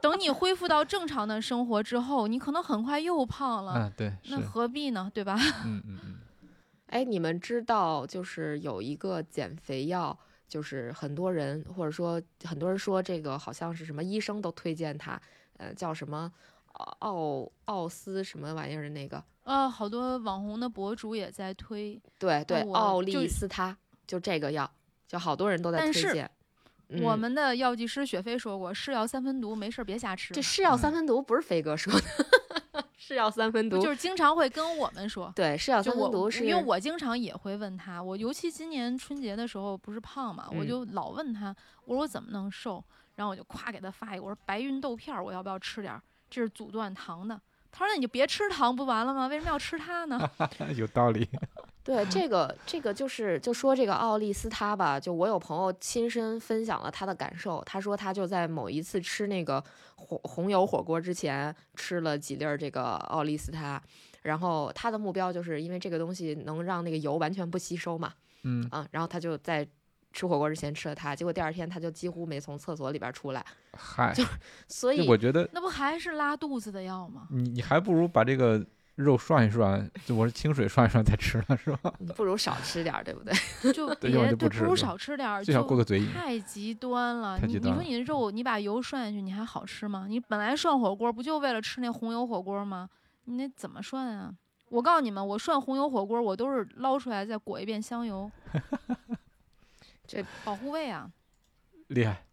[SPEAKER 5] 等你恢复到正常的生活之后，你可能很快又胖了，
[SPEAKER 3] 嗯，对，是
[SPEAKER 5] 那，何必呢？对吧？
[SPEAKER 3] 嗯嗯嗯，
[SPEAKER 2] 哎，你们知道就是有一个减肥药，就是很多人或者说很多人说这个好像是什么医生都推荐它，呃，叫什么奥奥斯什么玩意儿的那个，
[SPEAKER 5] 呃，好多网红的博主也在推，
[SPEAKER 2] 对对，
[SPEAKER 5] 哦我
[SPEAKER 2] 奥
[SPEAKER 5] 就
[SPEAKER 2] 利司他，就这个药，就好多人都在
[SPEAKER 5] 但
[SPEAKER 2] 推
[SPEAKER 5] 是
[SPEAKER 2] 荐。
[SPEAKER 5] 我
[SPEAKER 2] 嗯
[SPEAKER 5] 们的药剂师雪飞说过，是药三分毒，没事儿别瞎吃。
[SPEAKER 2] 这是药三
[SPEAKER 3] 嗯
[SPEAKER 2] 分毒，不是飞哥说的， 是药三分
[SPEAKER 5] 不
[SPEAKER 2] 毒
[SPEAKER 5] 就。是经常会跟我们说，
[SPEAKER 2] 对，是药
[SPEAKER 5] 就
[SPEAKER 2] 三
[SPEAKER 5] 我
[SPEAKER 2] 分毒
[SPEAKER 5] 我
[SPEAKER 2] 是
[SPEAKER 5] 因为我经常也会问他，我尤其今年春节的时候不是胖嘛，我
[SPEAKER 2] 嗯
[SPEAKER 5] 就老问他，我说我怎么能瘦？然后我就夸给他发一个，我说白云豆片儿，我要不要吃点儿？这是阻断糖的。他说那你就别吃糖不完了吗？为什么要吃它呢？
[SPEAKER 3] 有道理。
[SPEAKER 2] 对这个这个就是就说这个奥利司他吧，就我有朋友亲身分享了他的感受，他说他就在某一次吃那个火红油火锅之前吃了几粒儿这个奥利司他，然后他的目标就是因为这个东西能让那个油完全不吸收嘛，
[SPEAKER 3] 嗯，
[SPEAKER 2] 啊，然后他就在吃火锅之前吃了它，结果第二天他就几乎没从厕所里边儿出来，
[SPEAKER 3] 嗨，
[SPEAKER 2] 所以
[SPEAKER 3] 我觉得
[SPEAKER 5] 那不还是拉肚子的药吗？
[SPEAKER 3] 你你还不如把这个肉涮一涮，就我是清水涮一涮再吃呢，是吧？
[SPEAKER 2] 不如少吃点儿，对不 对？
[SPEAKER 5] 就
[SPEAKER 3] 对要不
[SPEAKER 5] 别
[SPEAKER 3] 就不
[SPEAKER 5] 对，
[SPEAKER 3] 吃
[SPEAKER 5] 不如
[SPEAKER 3] 是吧
[SPEAKER 5] 少吃点儿，
[SPEAKER 3] 最少
[SPEAKER 5] 就
[SPEAKER 3] 过个嘴瘾。
[SPEAKER 5] 太极端了。
[SPEAKER 3] 太
[SPEAKER 5] 你
[SPEAKER 3] 极
[SPEAKER 5] 你
[SPEAKER 3] 端
[SPEAKER 5] 说
[SPEAKER 3] 了
[SPEAKER 5] 你的肉，你把油涮下去，你还好吃吗？你本来涮火锅不就为了吃那红油火锅吗？你那怎么涮啊？我告诉你们，我涮红油火锅，我都是捞出来再裹一遍香 油，
[SPEAKER 2] 这
[SPEAKER 5] 保护胃啊。
[SPEAKER 3] 厉害，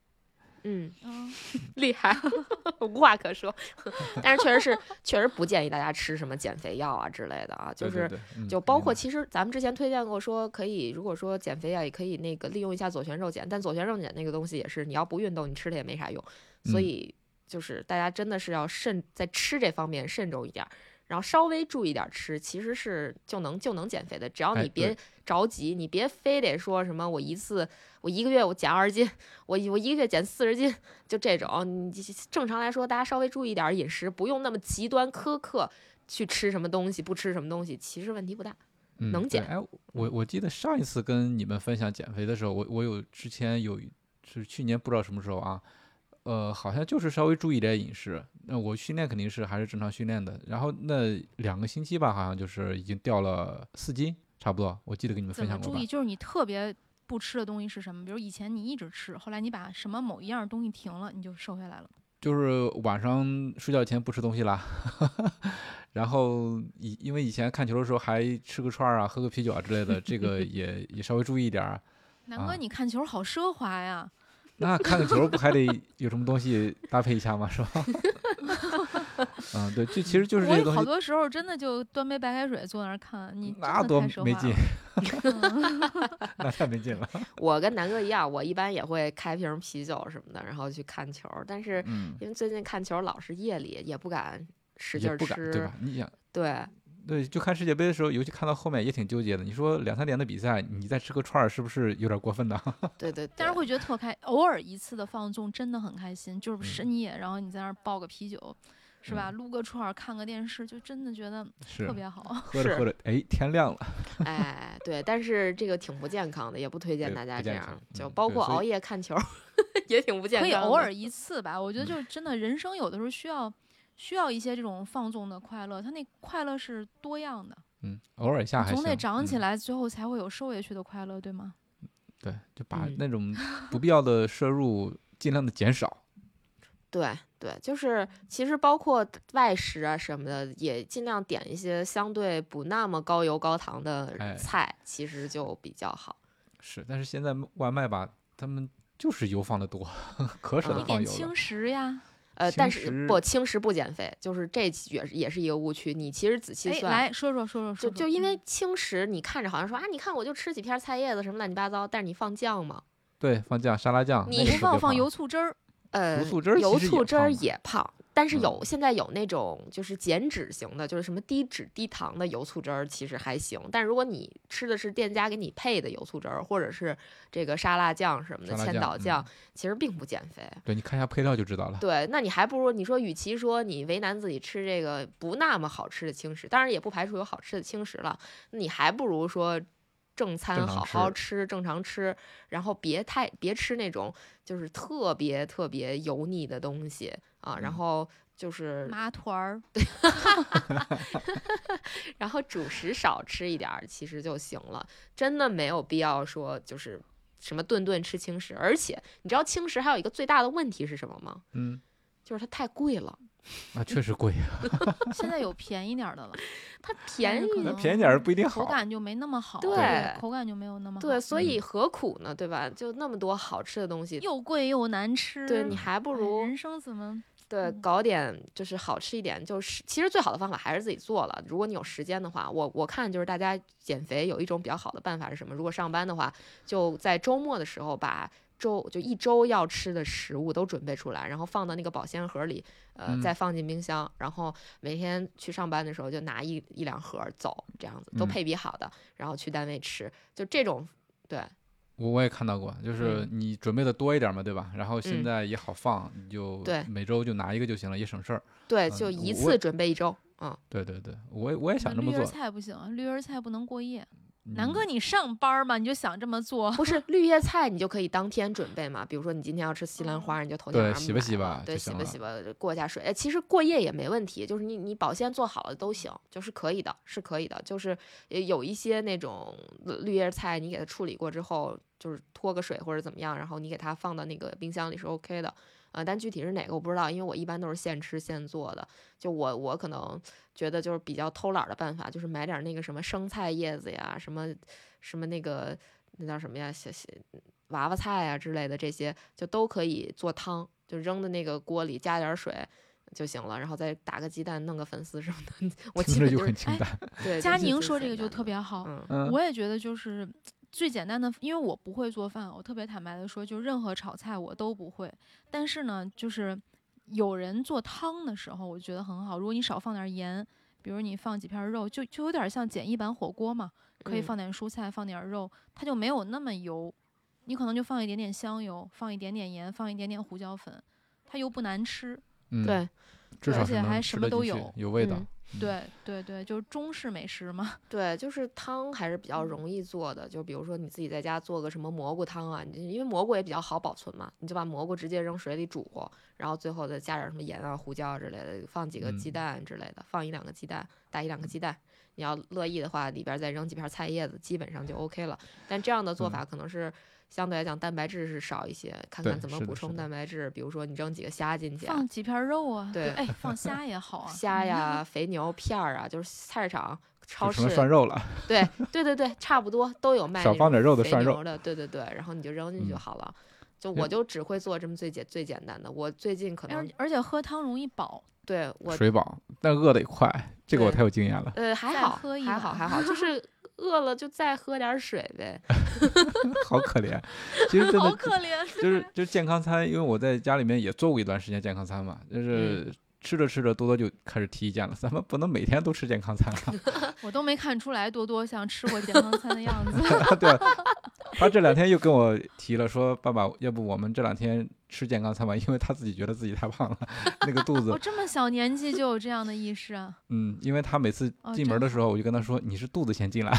[SPEAKER 2] 嗯，
[SPEAKER 5] 嗯，
[SPEAKER 2] 厉害， 无话可说。 但是确实是，确实不建议大家吃什么减肥药啊之类的啊，就
[SPEAKER 3] 对
[SPEAKER 2] 是。
[SPEAKER 3] 对对嗯
[SPEAKER 2] 就包
[SPEAKER 3] 肯定
[SPEAKER 2] 括
[SPEAKER 3] 的
[SPEAKER 2] 其实咱们之前推荐过说可以，如果说减肥啊，也可以那个利用一下左旋肉碱，但左旋肉碱那个东西也是你要不运动，你吃了也没啥用，所
[SPEAKER 3] 嗯
[SPEAKER 2] 以就是大家真的是要慎在吃这方面慎重一点儿。然后稍微注意点儿吃，其实是就能就能减肥的。只要
[SPEAKER 3] 哎
[SPEAKER 2] 你别
[SPEAKER 3] 对
[SPEAKER 2] 着急，你别非得说什么我一次我一个月我减二十斤，我一我一个月减四十斤，就这种。你正常来说，大家稍微注意点儿饮食，不用那么极端苛刻去吃什么东西，不吃什么东西，其实问题不大。
[SPEAKER 3] 嗯
[SPEAKER 2] 能
[SPEAKER 3] 对
[SPEAKER 2] 减
[SPEAKER 3] 哎，我我记得上一次跟你们分享减肥的时候，我我有之前有一是去年不知道什么时候啊，呃，好像就是稍微注意点饮食。那我训练肯定是还是正常训练的，然后那两个星期吧，好像就是已经掉了四斤，差不多。我记得跟你们
[SPEAKER 5] 怎
[SPEAKER 3] 分
[SPEAKER 5] 么
[SPEAKER 3] 享过
[SPEAKER 5] 注
[SPEAKER 3] 吧
[SPEAKER 5] 意？？就是你特别不吃的东西是什么？比如以前你一直吃，后来你把什么某一样东西停了，你就瘦下来了。
[SPEAKER 3] 就是晚上睡觉前不吃东西啦， 然后以因为以前看球的时候还吃个串儿啊，喝个啤酒啊之类的，这 个也也稍微注意一点儿。
[SPEAKER 5] 南哥，
[SPEAKER 3] 啊
[SPEAKER 5] 你看球好奢华呀！
[SPEAKER 3] 那看个球儿不还得有什么东西搭配一下吗？是吧？ 嗯，对，这其实就是这
[SPEAKER 5] 我
[SPEAKER 3] 些
[SPEAKER 5] 有
[SPEAKER 3] 东
[SPEAKER 5] 好
[SPEAKER 3] 西，
[SPEAKER 5] 多时候真的就端杯白开水坐那儿看，你真
[SPEAKER 3] 那
[SPEAKER 5] 的
[SPEAKER 3] 多
[SPEAKER 5] 太奢
[SPEAKER 3] 没
[SPEAKER 5] 华
[SPEAKER 3] 劲，
[SPEAKER 5] 了嗯
[SPEAKER 3] 那太没劲了。
[SPEAKER 2] 我跟南哥一样，我一般也会开瓶啤酒什么的，然后去看球。但是
[SPEAKER 3] 嗯，
[SPEAKER 2] 因为最近看球老是夜里，也不敢使劲
[SPEAKER 3] 也
[SPEAKER 2] 儿
[SPEAKER 3] 不敢，
[SPEAKER 2] 吃，
[SPEAKER 3] 对吧？你想，
[SPEAKER 2] 对
[SPEAKER 3] 对，就看世界杯的时候，尤其看到后面也挺纠结的。你说两三点的比赛，你再吃个串儿，是不是有点过分呢？
[SPEAKER 2] 对对
[SPEAKER 5] 但是
[SPEAKER 2] 对
[SPEAKER 5] 会觉得特开，偶尔一次的放纵真的很开心，
[SPEAKER 3] 嗯
[SPEAKER 5] 就是深夜，然后你在那儿抱个啤酒，是吧？撸个串儿，看个电视，就真的觉得
[SPEAKER 3] 是
[SPEAKER 5] 特，别好。
[SPEAKER 3] 喝着喝着，哎，天亮了。
[SPEAKER 2] 哎，对，但是这个挺不健康的，也不推荐
[SPEAKER 3] 对
[SPEAKER 2] 大家
[SPEAKER 3] 不
[SPEAKER 2] 这
[SPEAKER 3] 健
[SPEAKER 2] 样
[SPEAKER 3] 康。
[SPEAKER 2] 就
[SPEAKER 3] 嗯
[SPEAKER 2] 包
[SPEAKER 3] 对
[SPEAKER 2] 括
[SPEAKER 3] 所以
[SPEAKER 2] 熬夜看球， 也挺 不健
[SPEAKER 5] 可
[SPEAKER 2] 康
[SPEAKER 5] 以
[SPEAKER 2] 的。
[SPEAKER 5] 偶尔一次吧，我觉得
[SPEAKER 3] 嗯
[SPEAKER 5] 就真的人生有的时候需要需要一些这种放纵的快乐，它那快乐是多样的，
[SPEAKER 3] 嗯，偶尔一下还
[SPEAKER 5] 总得
[SPEAKER 3] 行
[SPEAKER 5] 长起
[SPEAKER 3] 嗯
[SPEAKER 5] 来，最后才会有瘦下去的快乐，对吗？
[SPEAKER 3] 对，就把
[SPEAKER 2] 嗯
[SPEAKER 3] 那种不必要的摄入尽量的减少。
[SPEAKER 2] 对对，就是其实包括外食啊什么的，也尽量点一些相对不那么高油高糖
[SPEAKER 3] 哎
[SPEAKER 2] 的菜，其实就比较好。
[SPEAKER 3] 是，但是现在外卖吧，他们就是油放的多，可舍
[SPEAKER 2] 嗯
[SPEAKER 3] 得
[SPEAKER 5] 一
[SPEAKER 3] 放
[SPEAKER 5] 啊点
[SPEAKER 3] 油了
[SPEAKER 5] 轻。食 呀，
[SPEAKER 2] 呃，
[SPEAKER 3] 轻
[SPEAKER 2] 但是
[SPEAKER 3] 食
[SPEAKER 2] 不轻食不减肥，就是这其也是也是一个误区。你其实仔细
[SPEAKER 5] 哎，
[SPEAKER 2] 算，
[SPEAKER 5] 来说说说说
[SPEAKER 2] 就
[SPEAKER 5] 说说，
[SPEAKER 2] 就因为
[SPEAKER 5] 嗯
[SPEAKER 2] 轻食，你看着好像说啊，你看我就吃几片菜叶子什么乱七八糟，但是你放酱吗？
[SPEAKER 3] 对，放酱、沙拉酱，
[SPEAKER 2] 你不
[SPEAKER 3] 那个
[SPEAKER 5] 不
[SPEAKER 3] 时
[SPEAKER 5] 放
[SPEAKER 3] 候别
[SPEAKER 5] 放
[SPEAKER 3] 放
[SPEAKER 5] 油
[SPEAKER 3] 了，
[SPEAKER 5] 醋汁儿，
[SPEAKER 2] 呃，
[SPEAKER 3] 油醋汁儿
[SPEAKER 2] 油
[SPEAKER 3] 其实
[SPEAKER 2] 醋
[SPEAKER 3] 也
[SPEAKER 2] 汁儿
[SPEAKER 3] 胖
[SPEAKER 2] 也胖，但是有
[SPEAKER 3] 嗯
[SPEAKER 2] 现在有那种就是减脂型的，就是什么低脂低糖的油醋汁儿，其实还行。但如果你吃的是店家给你配的油醋汁儿，或者是这个沙拉酱什么的
[SPEAKER 3] 沙拉
[SPEAKER 2] 千
[SPEAKER 3] 酱
[SPEAKER 2] 岛
[SPEAKER 3] 嗯
[SPEAKER 2] 酱，其实并不减肥。
[SPEAKER 3] 对，你看一下配料就知道了。
[SPEAKER 2] 对，那你还不如你说，与其说你为难自己吃这个不那么好吃的轻食，当然也不排除有好吃的轻食了，你还不如说正餐
[SPEAKER 3] 正常
[SPEAKER 2] 好好吃，正常吃，然后别太别吃那种就是特别特别油腻的东西啊，然
[SPEAKER 3] 嗯
[SPEAKER 2] 后就是
[SPEAKER 5] 麻团儿，
[SPEAKER 2] 然后主食少吃一点儿，其实就行了，真的没有必要说就是什么顿顿吃轻食，而且你知道轻食还有一个最大的问题是什么吗？
[SPEAKER 3] 嗯，
[SPEAKER 2] 就是它太贵了，
[SPEAKER 3] 啊，确实贵，
[SPEAKER 5] 现在有便宜点儿 的了，
[SPEAKER 2] 它
[SPEAKER 5] 但
[SPEAKER 2] 便
[SPEAKER 5] 是
[SPEAKER 2] 宜
[SPEAKER 5] 可
[SPEAKER 3] 那
[SPEAKER 5] 能
[SPEAKER 3] 便宜点儿不一定
[SPEAKER 5] 口
[SPEAKER 3] 好。
[SPEAKER 5] 感就没那么好，
[SPEAKER 2] 对
[SPEAKER 5] 口感就没有那么好，
[SPEAKER 2] 对，所以
[SPEAKER 3] 嗯
[SPEAKER 2] 何苦呢？对吧？就那么多好吃的东西，
[SPEAKER 5] 又贵又难吃，
[SPEAKER 2] 对你还不
[SPEAKER 5] 哎
[SPEAKER 2] 如
[SPEAKER 5] 人生怎么
[SPEAKER 2] 对
[SPEAKER 5] 嗯
[SPEAKER 2] 搞点就是好吃一点。就是其实最好的方法还是自己做了。如果你有时间的话，我我看就是大家减肥有一种比较好的办法是什么？如果上班的话，就在周末的时候把。周就一周要吃的食物都准备出来，然后放到那个保鲜盒里，呃，
[SPEAKER 3] 嗯
[SPEAKER 2] 再放进冰箱，然后每天去上班的时候就拿一一两盒儿走，这样子都
[SPEAKER 3] 嗯
[SPEAKER 2] 配比好的，然后去单位吃，就这种，对，
[SPEAKER 3] 我我也看到过，就是
[SPEAKER 2] 嗯
[SPEAKER 3] 你准备的多一点嘛，对吧？然后现
[SPEAKER 2] 嗯
[SPEAKER 3] 在也好放，你就
[SPEAKER 2] 对
[SPEAKER 3] 每周就拿一个就行了，也省事儿。
[SPEAKER 2] 对，
[SPEAKER 3] 嗯
[SPEAKER 2] 就一
[SPEAKER 3] 我
[SPEAKER 2] 次准备一周。 嗯，
[SPEAKER 3] 对对对，我也我也想这
[SPEAKER 5] 绿
[SPEAKER 3] 么
[SPEAKER 5] 叶
[SPEAKER 3] 做。
[SPEAKER 5] 菜不行啊，绿叶菜不能过夜。南
[SPEAKER 3] 嗯
[SPEAKER 5] 哥，你上班儿嘛，你就想这么做，
[SPEAKER 2] 不是绿叶菜，你就可以当天准备嘛。比如说你今天要吃西兰花，你就头天
[SPEAKER 3] 哦对
[SPEAKER 2] 晚上
[SPEAKER 3] 洗吧
[SPEAKER 2] 买
[SPEAKER 3] 洗
[SPEAKER 2] 了
[SPEAKER 3] 吧
[SPEAKER 2] 对，
[SPEAKER 3] 就
[SPEAKER 2] 洗
[SPEAKER 3] 行
[SPEAKER 2] 吧
[SPEAKER 3] 了
[SPEAKER 2] 洗吧，过一下水。哎，其实过夜也没问题，就是你你保鲜做好了都行，就是可以的，是可以的。就是呃有一些那种绿叶菜，你给它处理过之后，就是脱个水或者怎么样，然后你给它放到那个冰箱里是 OK 的。啊、但具体是哪个我不知道，因为我一般都是现吃现做的。就我我可能觉得就是比较偷懒儿的办法，就是买点儿那个什么生菜叶子呀，什么什么那个那叫什么呀，小小娃娃菜呀之类的，这些就都可以做汤，就扔到那个锅里加点儿水。就行了，然后再打个鸡蛋，弄个粉丝什么的。 我基
[SPEAKER 3] 听着
[SPEAKER 2] 本
[SPEAKER 3] 就
[SPEAKER 2] 就是
[SPEAKER 3] 很清
[SPEAKER 5] 哎
[SPEAKER 3] 淡。
[SPEAKER 2] 对。
[SPEAKER 5] 佳
[SPEAKER 2] 是
[SPEAKER 5] 宁
[SPEAKER 2] 最
[SPEAKER 5] 说这
[SPEAKER 2] 简
[SPEAKER 5] 个就
[SPEAKER 2] 单
[SPEAKER 5] 特
[SPEAKER 2] 的，
[SPEAKER 5] 别好。
[SPEAKER 2] 嗯
[SPEAKER 3] 嗯，
[SPEAKER 5] 我也觉得就是最简单的，因为我不会做饭，我特别坦白的说，就任何炒菜我都不会。但是呢，就是有人做汤的时候，我觉得很好。如果你少放点盐，比如你放几片肉，就就有点像简易版火锅嘛，可以
[SPEAKER 2] 嗯
[SPEAKER 5] 放点蔬菜，放点肉，它就没有那么油。你可能就放一点点香油，放一点点盐，放一点点胡椒粉，它又不难吃。
[SPEAKER 3] 嗯，
[SPEAKER 2] 对
[SPEAKER 3] 至
[SPEAKER 5] 而
[SPEAKER 3] 少
[SPEAKER 5] 且
[SPEAKER 3] 是能
[SPEAKER 5] 还
[SPEAKER 3] 吃
[SPEAKER 5] 什
[SPEAKER 3] 得
[SPEAKER 5] 么都
[SPEAKER 3] 进去
[SPEAKER 5] 有
[SPEAKER 3] 有味道
[SPEAKER 2] 嗯。
[SPEAKER 3] 嗯
[SPEAKER 5] 对对对，就是中式美食嘛。
[SPEAKER 2] 对，就是汤还是比
[SPEAKER 3] 嗯
[SPEAKER 2] 较容易做的，就比如说你自己在家做个什么蘑菇汤啊，你因为蘑菇也比较好保存嘛，你就把蘑菇直接扔水里煮，然后最后再加点什么盐啊、胡椒啊之类的，放几个鸡
[SPEAKER 3] 嗯
[SPEAKER 2] 蛋之类的，放一两个鸡蛋，打一两个鸡蛋。你要乐意的话，里边儿再扔几片菜叶子，基本上就 OK 了。但这样的做
[SPEAKER 3] 嗯
[SPEAKER 2] 法可能是相对来讲蛋白质是少一些，看
[SPEAKER 3] 对
[SPEAKER 2] 看怎么
[SPEAKER 3] 是的
[SPEAKER 2] 补
[SPEAKER 3] 是
[SPEAKER 2] 充
[SPEAKER 3] 的
[SPEAKER 2] 蛋白质，比如说你扔几个虾进去啊，
[SPEAKER 5] 放几片肉啊，
[SPEAKER 2] 对
[SPEAKER 5] 哎，放虾也好啊，
[SPEAKER 2] 虾
[SPEAKER 5] 嗯，
[SPEAKER 2] 呀、肥牛片儿啊，就是菜市场、超
[SPEAKER 3] 就
[SPEAKER 2] 市
[SPEAKER 3] 成了涮肉了，
[SPEAKER 2] 对对对对，差不多都有卖
[SPEAKER 3] 少
[SPEAKER 2] 那
[SPEAKER 3] 放
[SPEAKER 2] 种
[SPEAKER 3] 点肉的
[SPEAKER 2] 肥
[SPEAKER 3] 涮肉
[SPEAKER 2] 牛的，对对对，然后你就扔进去就
[SPEAKER 3] 嗯
[SPEAKER 2] 好了。就
[SPEAKER 3] 哎
[SPEAKER 2] 我就只会做这么最简最简单的，我最近可
[SPEAKER 5] 而
[SPEAKER 2] 能
[SPEAKER 5] 而且喝汤容易饱，
[SPEAKER 2] 对我
[SPEAKER 3] 水饱，但饿得也快，这个我
[SPEAKER 2] 对
[SPEAKER 3] 太有经验了。
[SPEAKER 2] 呃还
[SPEAKER 5] 再
[SPEAKER 2] 好
[SPEAKER 5] 喝一
[SPEAKER 2] 还好
[SPEAKER 5] 碗
[SPEAKER 2] 还好，就是饿了就再喝点儿水 呗。
[SPEAKER 3] 好可怜。其实 真
[SPEAKER 5] 好
[SPEAKER 3] 的
[SPEAKER 5] 可怜。
[SPEAKER 3] 就是就是健康餐，因为我在家里面也做过一段时间健康餐嘛，
[SPEAKER 5] 嗯
[SPEAKER 3] 就是吃着吃着多多就开始提意见了，咱们不能每天都吃健康餐啊 吧？
[SPEAKER 5] 我都没看出来多多像吃过健康餐的 样子。
[SPEAKER 3] 对吧。他这两天又跟我提了，说爸爸，要不我们这两天吃健康餐吧？因为他自己觉得自己太胖了， 那个肚
[SPEAKER 5] 我
[SPEAKER 3] 子，
[SPEAKER 5] 这么小年纪就有这样的意识啊！
[SPEAKER 3] 嗯，因为他每次
[SPEAKER 5] 哦
[SPEAKER 3] 进
[SPEAKER 5] 真
[SPEAKER 3] 门的时候，我就跟他说，你是肚子先 进来，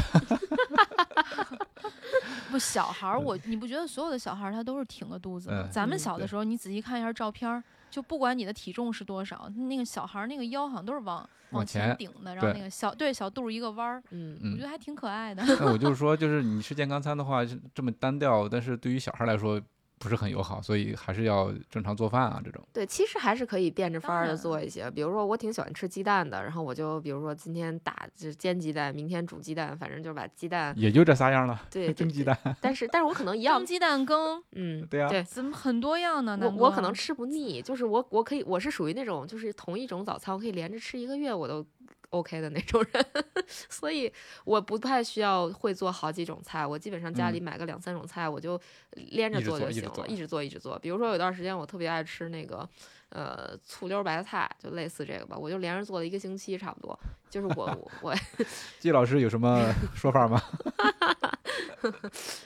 [SPEAKER 5] 不，小孩儿我你不觉得所有的小孩儿他都是挺个肚子吗？
[SPEAKER 3] 嗯
[SPEAKER 5] 咱们
[SPEAKER 2] 嗯
[SPEAKER 5] 小的
[SPEAKER 3] 对
[SPEAKER 5] 时候，你仔细看一下照片儿，就不管你的体重是多少，那个小孩儿那个腰好像都是往
[SPEAKER 3] 往
[SPEAKER 5] 前
[SPEAKER 3] 前
[SPEAKER 5] 顶的，然后
[SPEAKER 3] 对
[SPEAKER 5] 那个小对小肚儿一个弯儿，
[SPEAKER 2] 嗯，
[SPEAKER 5] 我觉
[SPEAKER 3] 嗯。
[SPEAKER 5] 得还挺可爱 的。
[SPEAKER 3] 那我就是说，就是你吃健康餐的话，是这么单调，但是对于小孩来说不是很友好，所以还是要正常做饭啊，这种。
[SPEAKER 2] 对，其实还是可以变着
[SPEAKER 5] 当
[SPEAKER 2] 法儿的
[SPEAKER 5] 然
[SPEAKER 2] 做一些，比如说我挺喜欢吃鸡蛋的，然后我就比如说今天打就是煎鸡蛋，明天煮鸡蛋，反正就是把鸡蛋
[SPEAKER 3] 也就这仨样了，
[SPEAKER 2] 对
[SPEAKER 3] 蒸
[SPEAKER 2] 对
[SPEAKER 3] 鸡
[SPEAKER 2] 对
[SPEAKER 3] 蛋，
[SPEAKER 2] 但是但是我可能一样
[SPEAKER 5] 蒸，鸡蛋羹
[SPEAKER 2] 嗯，
[SPEAKER 3] 对啊
[SPEAKER 2] 对。
[SPEAKER 5] 怎么很多样呢？
[SPEAKER 2] 我
[SPEAKER 5] 南
[SPEAKER 2] 我
[SPEAKER 5] 哥
[SPEAKER 2] 可能吃不腻，就是我我可以我是属于那种就是同一种早餐我可以连着吃一个月我都 OK 的那种人， 所以我不太需要会做好几种菜，我基本上家里
[SPEAKER 3] 嗯
[SPEAKER 2] 买个两三种菜我就连着
[SPEAKER 3] 一直
[SPEAKER 2] 做
[SPEAKER 3] 做
[SPEAKER 2] 就
[SPEAKER 3] 一直
[SPEAKER 2] 行了，
[SPEAKER 3] 做
[SPEAKER 2] 一直做一直做。比如说有段时间我特别爱吃那个呃醋溜白菜，就类似这个吧，我就连着做了一个星期差不多，就是我我我
[SPEAKER 3] 季老师有什么说法吗？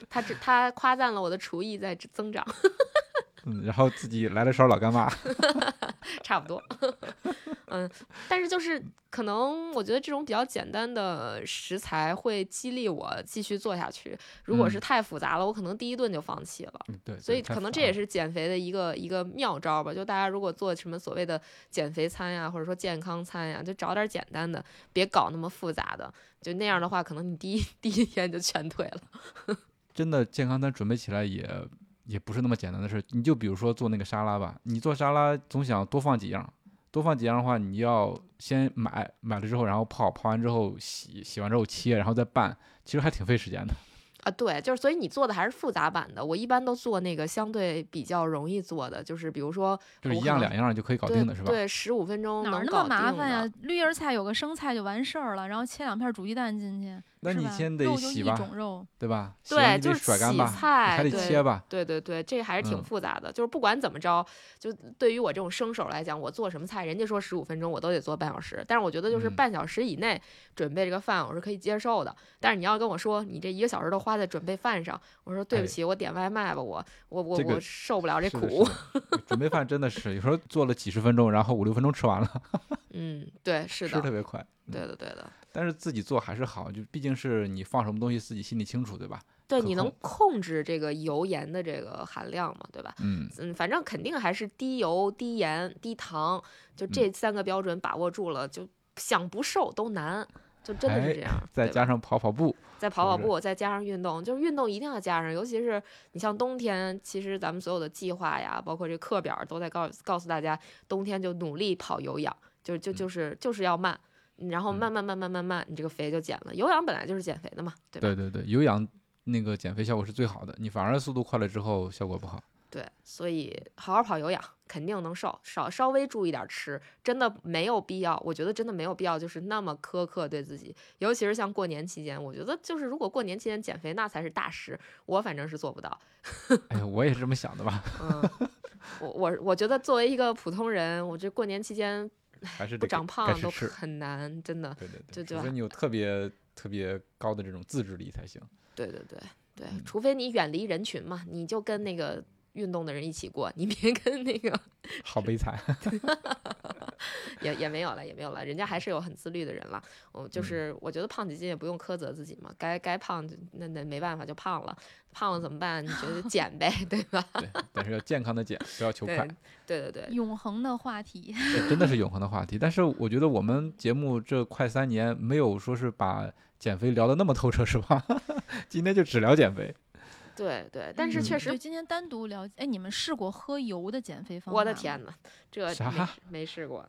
[SPEAKER 2] 他只他夸赞了我的厨艺在增长，
[SPEAKER 3] 嗯，然后自己来了勺老干妈，
[SPEAKER 2] 差不多， 嗯，但是就是可能我觉得这种比较简单的食材会激励我继续做下去。如果是
[SPEAKER 3] 嗯
[SPEAKER 2] 太复杂了，我可能第一顿就放弃了。
[SPEAKER 3] 嗯对，
[SPEAKER 2] 所
[SPEAKER 3] 对
[SPEAKER 2] 以
[SPEAKER 3] 太
[SPEAKER 2] 可能
[SPEAKER 3] 复
[SPEAKER 2] 这
[SPEAKER 3] 杂
[SPEAKER 2] 也
[SPEAKER 3] 了
[SPEAKER 2] 是减肥的一个一个妙招吧。就大家如果做什么所谓的减肥餐呀，或者说健康餐呀，就找点简单的，别搞那么复杂的。就那样的话，可能你第一 第一天就全退了。
[SPEAKER 3] 真的健康餐准备起来也也不是那么简单的事儿。你就比如说做那个沙拉吧，你做沙拉总想多放几样，多放几样的话，你要先买，买了之后然后泡，泡完之后洗，洗完之后切，然后再拌，其实还挺费时间的。
[SPEAKER 2] 啊，对，就是所以你做的还是复杂版的。我一般都做那个相对比较容易做的，就是比如说
[SPEAKER 3] 就是
[SPEAKER 2] 我
[SPEAKER 3] 一
[SPEAKER 2] 可
[SPEAKER 3] 样
[SPEAKER 2] 能
[SPEAKER 3] 两样就可以搞
[SPEAKER 2] 对
[SPEAKER 3] 定的是吧？
[SPEAKER 2] 对，十五分钟
[SPEAKER 5] 哪儿
[SPEAKER 2] 能
[SPEAKER 5] 那
[SPEAKER 2] 搞
[SPEAKER 5] 么麻
[SPEAKER 2] 定
[SPEAKER 5] 烦呀
[SPEAKER 2] 的？
[SPEAKER 5] 绿叶菜有个生菜就完事儿了，然后切两片煮鸡蛋进去，
[SPEAKER 3] 那
[SPEAKER 5] 是
[SPEAKER 3] 你
[SPEAKER 5] 吧
[SPEAKER 3] 先得
[SPEAKER 5] 肉就
[SPEAKER 3] 洗
[SPEAKER 5] 一
[SPEAKER 3] 吧
[SPEAKER 5] 种肉，
[SPEAKER 3] 对吧？洗
[SPEAKER 2] 对
[SPEAKER 3] 完你
[SPEAKER 2] 就
[SPEAKER 3] 得
[SPEAKER 2] 是
[SPEAKER 3] 甩干
[SPEAKER 2] 洗
[SPEAKER 3] 吧，
[SPEAKER 2] 菜
[SPEAKER 3] 你还得
[SPEAKER 2] 对
[SPEAKER 3] 切吧。
[SPEAKER 2] 对对对，这个还是挺
[SPEAKER 3] 嗯
[SPEAKER 2] 复杂的。就是不管怎么着，就对于我这种生手来讲，我做什么菜，人家说十五分钟，我都得做半小时。但是我觉得就是
[SPEAKER 3] 嗯
[SPEAKER 2] 半小时以内准备这个饭，我是可以接受的。但是你要跟我说你这一个小时都花在准备饭上，我说对不
[SPEAKER 3] 哎
[SPEAKER 2] 起，我点外卖吧，我我我
[SPEAKER 3] 这个
[SPEAKER 2] 我受不了这
[SPEAKER 3] 是的
[SPEAKER 2] 苦。
[SPEAKER 3] 是的准备饭真的是有时候做了几十分钟，然后五六分钟吃完了，
[SPEAKER 2] 嗯，对，是
[SPEAKER 3] 吃
[SPEAKER 2] 的，
[SPEAKER 3] 特别快。
[SPEAKER 2] 对的对的，
[SPEAKER 3] 但是自己做还是好，就毕竟是你放什么东西自己心里清楚，对吧？
[SPEAKER 2] 对，
[SPEAKER 3] 可
[SPEAKER 2] 你能
[SPEAKER 3] 控
[SPEAKER 2] 控制这个油盐的这个含量嘛，对吧？
[SPEAKER 3] 嗯，
[SPEAKER 2] 嗯，反正肯定还是低油、低盐、低糖，
[SPEAKER 3] 嗯
[SPEAKER 2] 就这三个标准把握住了，就想不瘦都难，就真的
[SPEAKER 3] 哎
[SPEAKER 2] 是这样。
[SPEAKER 3] 再
[SPEAKER 2] 对
[SPEAKER 3] 加
[SPEAKER 2] 吧
[SPEAKER 3] 上跑跑步，
[SPEAKER 2] 再跑跑
[SPEAKER 3] 是不是
[SPEAKER 2] 步，再加上运动，就是运动一定要加上，尤其是你像冬天，其实咱们所有的计划呀，包括这课表儿都在告告诉大家，冬天就努力跑有氧，就就
[SPEAKER 3] 嗯
[SPEAKER 2] 就是就是要慢。然后
[SPEAKER 3] 嗯
[SPEAKER 2] 慢慢慢慢慢慢，你这个肥就减了。有氧本来就是减肥的嘛，对吧？
[SPEAKER 3] 对对对，有氧那个减肥效果是最好的，你反而速度快了之后效果不好。
[SPEAKER 2] 对，所以好好跑有氧，肯定能瘦，少稍微注意点儿吃，真的没有必要。我觉得真的没有必要，就是那么苛刻对自己，尤其是像过年期间，我觉得就是如果过年期间减肥，那才是大事。我反正是做不到。
[SPEAKER 3] 哎呀，我也是这么想 的吧，
[SPEAKER 2] 嗯，我我我觉得作为一个普通人，我这过年期间
[SPEAKER 3] 还是
[SPEAKER 2] 不
[SPEAKER 3] 得
[SPEAKER 2] 长
[SPEAKER 3] 开
[SPEAKER 2] 胖
[SPEAKER 3] 始
[SPEAKER 2] 都
[SPEAKER 3] 吃。
[SPEAKER 2] 很难，真的。
[SPEAKER 3] 对对
[SPEAKER 2] 对对
[SPEAKER 3] 对，除非你有特别特别高的这种自制 力才行。
[SPEAKER 2] 对对对对，
[SPEAKER 3] 嗯
[SPEAKER 2] 除非你远离人群嘛，你就跟那个运动的人一起过，你别跟那个
[SPEAKER 3] 好悲惨，
[SPEAKER 2] 也也没有了，也没有了，人家还是有很自律的人了。我就
[SPEAKER 3] 嗯
[SPEAKER 2] 是我觉得胖几斤也不用苛责自己嘛，该该胖就那那没办法就胖了，胖了怎么办？你觉得减呗， 对吧？
[SPEAKER 3] 对，但是要健康的减，不要求
[SPEAKER 2] 对
[SPEAKER 3] 快。
[SPEAKER 2] 对对对，
[SPEAKER 5] 永恒的话题。
[SPEAKER 3] 对呃真的是永恒的话题。但是我觉得我们节目这快三年没有说是把减肥聊得那么透彻，是吧？ 今天就只聊减肥。
[SPEAKER 2] 对对，但是确
[SPEAKER 3] 嗯
[SPEAKER 5] 就
[SPEAKER 2] 实，
[SPEAKER 5] 今天单独聊，哎，你们试过喝油的减肥方法？
[SPEAKER 2] 我的天！呐，这没
[SPEAKER 3] 啥
[SPEAKER 2] 试没试过。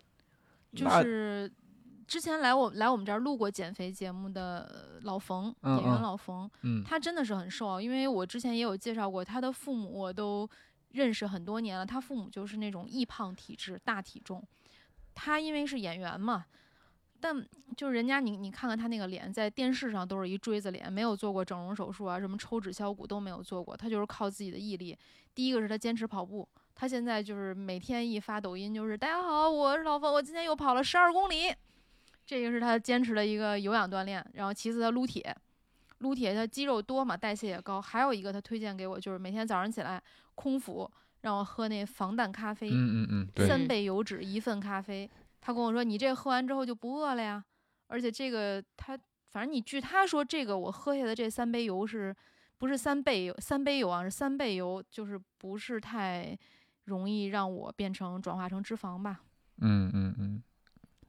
[SPEAKER 5] 就
[SPEAKER 3] 那
[SPEAKER 5] 是之前来我来我们这儿录过减肥节目的老冯，
[SPEAKER 3] 嗯
[SPEAKER 5] 演员
[SPEAKER 3] 嗯
[SPEAKER 5] 老冯，
[SPEAKER 3] 嗯
[SPEAKER 5] 他真的是很瘦啊，因为我之前也有介绍过，他的父母我都认识很多年了，他父母就是那种易胖体质、大体重。他因为是演员嘛，但就是人家你你看看他那个脸，在电视上都是一锥子脸，没有做过整容手术啊，什么抽脂削骨都没有做过，他就是靠自己的毅力。第一个是他坚持跑步，他现在就是每天一发抖音就是大家好，我是老冯，我今天又跑了十二公里，这个是他坚持的一个有氧锻炼。然后其次他撸铁，撸铁他肌肉多嘛，代谢也高。还有一个他推荐给我就是每天早上起来空腹让我喝那防弹咖啡，
[SPEAKER 3] 嗯嗯嗯，对，
[SPEAKER 5] 三倍油脂一份咖啡。他跟我说：“你这喝完之后就不饿了呀。”而且这个他，反正你据他说，这个我喝下的这三杯油是不是三倍油？三杯油啊，是三倍油，就是不是太容易让我变成转化成脂肪吧？
[SPEAKER 3] 嗯嗯嗯。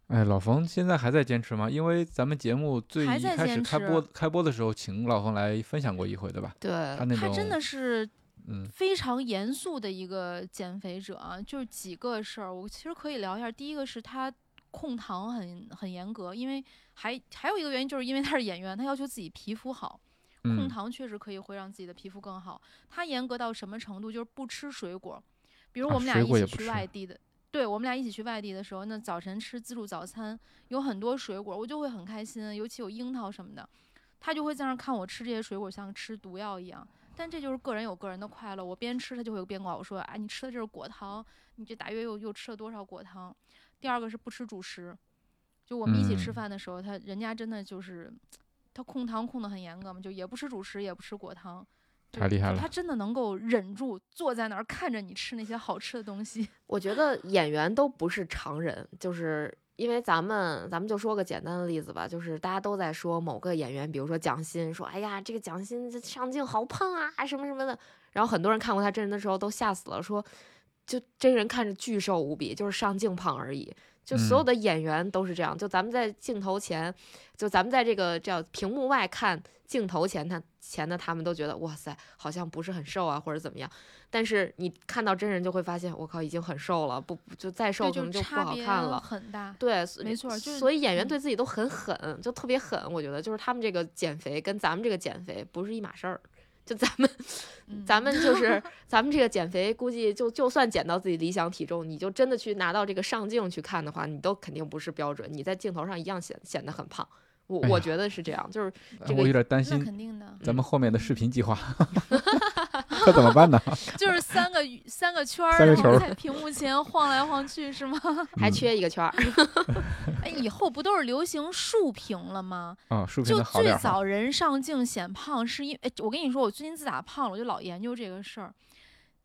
[SPEAKER 3] 哎，老冯现在还在坚持吗？因为咱们节目最
[SPEAKER 5] 还
[SPEAKER 3] 一
[SPEAKER 5] 在
[SPEAKER 3] 开始
[SPEAKER 5] 坚
[SPEAKER 3] 开
[SPEAKER 5] 持呃
[SPEAKER 3] 播开播的时候，请老冯来分享过一回，对吧？
[SPEAKER 2] 对，
[SPEAKER 3] 他那
[SPEAKER 5] 他
[SPEAKER 3] 种
[SPEAKER 5] 真的是
[SPEAKER 3] 嗯
[SPEAKER 5] 非常严肃的一个减肥者啊，就是几个事儿，我其实可以聊一下。第一个是他控糖很很严格，因为还还有一个原因就是因为他是演员，他要求自己皮肤好。控
[SPEAKER 3] 嗯
[SPEAKER 5] 糖确实可以会让自己的皮肤更好。他严格到什么程度？就是不吃水果，比如
[SPEAKER 3] 啊
[SPEAKER 5] 我们俩
[SPEAKER 3] 水果
[SPEAKER 5] 一
[SPEAKER 3] 也
[SPEAKER 5] 起
[SPEAKER 3] 不
[SPEAKER 5] 去
[SPEAKER 3] 吃
[SPEAKER 5] 外地的，对我们俩一起去外地的时候，那早晨吃自助早餐有很多水果，我就会很开心，尤其有樱桃什么的，他就会在那儿看我吃这些水果像吃毒药一样。但这就是个人有个人的快乐，我边吃他就会边跟我说，哎，你吃的这是果糖，你这大约又又吃了多少果糖？第二个是不吃主食，就我们一起吃
[SPEAKER 3] 嗯
[SPEAKER 5] 饭的时候，他人家真的就是他控糖控得很严格嘛，就也不吃主食，也不吃果糖，就
[SPEAKER 3] 太厉害
[SPEAKER 5] 就
[SPEAKER 3] 了
[SPEAKER 5] 他真的能够忍住坐在那儿看着你吃那些好吃的东 西。
[SPEAKER 2] 我觉得演员都不是常人，就是因为咱们咱们就说个简单的例子吧，就是大家都在说某个演员，比如说蒋欣，说哎呀这个蒋欣这上镜好胖啊什么什么的，然后很多人看过他真人的时候都吓死了，说就真人看着巨瘦无比，就是上镜胖而已。就所有
[SPEAKER 3] 嗯
[SPEAKER 2] 的演员都是这样，就咱们在镜头前，就咱们在这个叫屏幕外看镜头前，他前的他们都觉得哇塞，好像不是很瘦啊，或者怎么样。但是你看到真人就会发现，我靠，已经很瘦了，不就再瘦
[SPEAKER 5] 对，
[SPEAKER 2] 可
[SPEAKER 5] 就
[SPEAKER 2] 能
[SPEAKER 5] 是
[SPEAKER 2] 就不
[SPEAKER 5] 差
[SPEAKER 2] 好
[SPEAKER 5] 别
[SPEAKER 2] 看了。
[SPEAKER 5] 很大。
[SPEAKER 2] 对，所以
[SPEAKER 5] 没错就是
[SPEAKER 2] 所以演员
[SPEAKER 5] 嗯
[SPEAKER 2] 对自己都很狠，就特别狠。我觉得就是他们这个减肥跟咱们这个减肥不是一码事儿。就咱们，
[SPEAKER 5] 嗯
[SPEAKER 2] 咱们 就是咱们这个减肥，估计就就算减到自己理想体重，你就真的去拿到这个上镜去看的话，你都肯定不是标准，你在镜头上一样显显得很胖。我
[SPEAKER 3] 哎呀
[SPEAKER 2] 我觉得是这样， 就是
[SPEAKER 3] 哎
[SPEAKER 2] 这个
[SPEAKER 3] 我有点担
[SPEAKER 5] 那
[SPEAKER 3] 心
[SPEAKER 5] 肯嗯定的，
[SPEAKER 3] 咱们后面的视 频计划，可怎么办呢？
[SPEAKER 5] 就是三个鱼三个圈儿，
[SPEAKER 3] 三个
[SPEAKER 5] 然后
[SPEAKER 3] 球儿
[SPEAKER 5] 在屏幕前晃来晃去，是吗？
[SPEAKER 3] 嗯
[SPEAKER 2] 还缺一个圈儿。
[SPEAKER 5] 哎，以后不都是流行竖屏了吗？
[SPEAKER 3] 啊，视频
[SPEAKER 5] 就
[SPEAKER 3] 的好
[SPEAKER 5] 最
[SPEAKER 3] 点儿哈。
[SPEAKER 5] 早人上镜显胖，是因哎，我跟你说，我最近自打胖了，我就老研究这个事儿。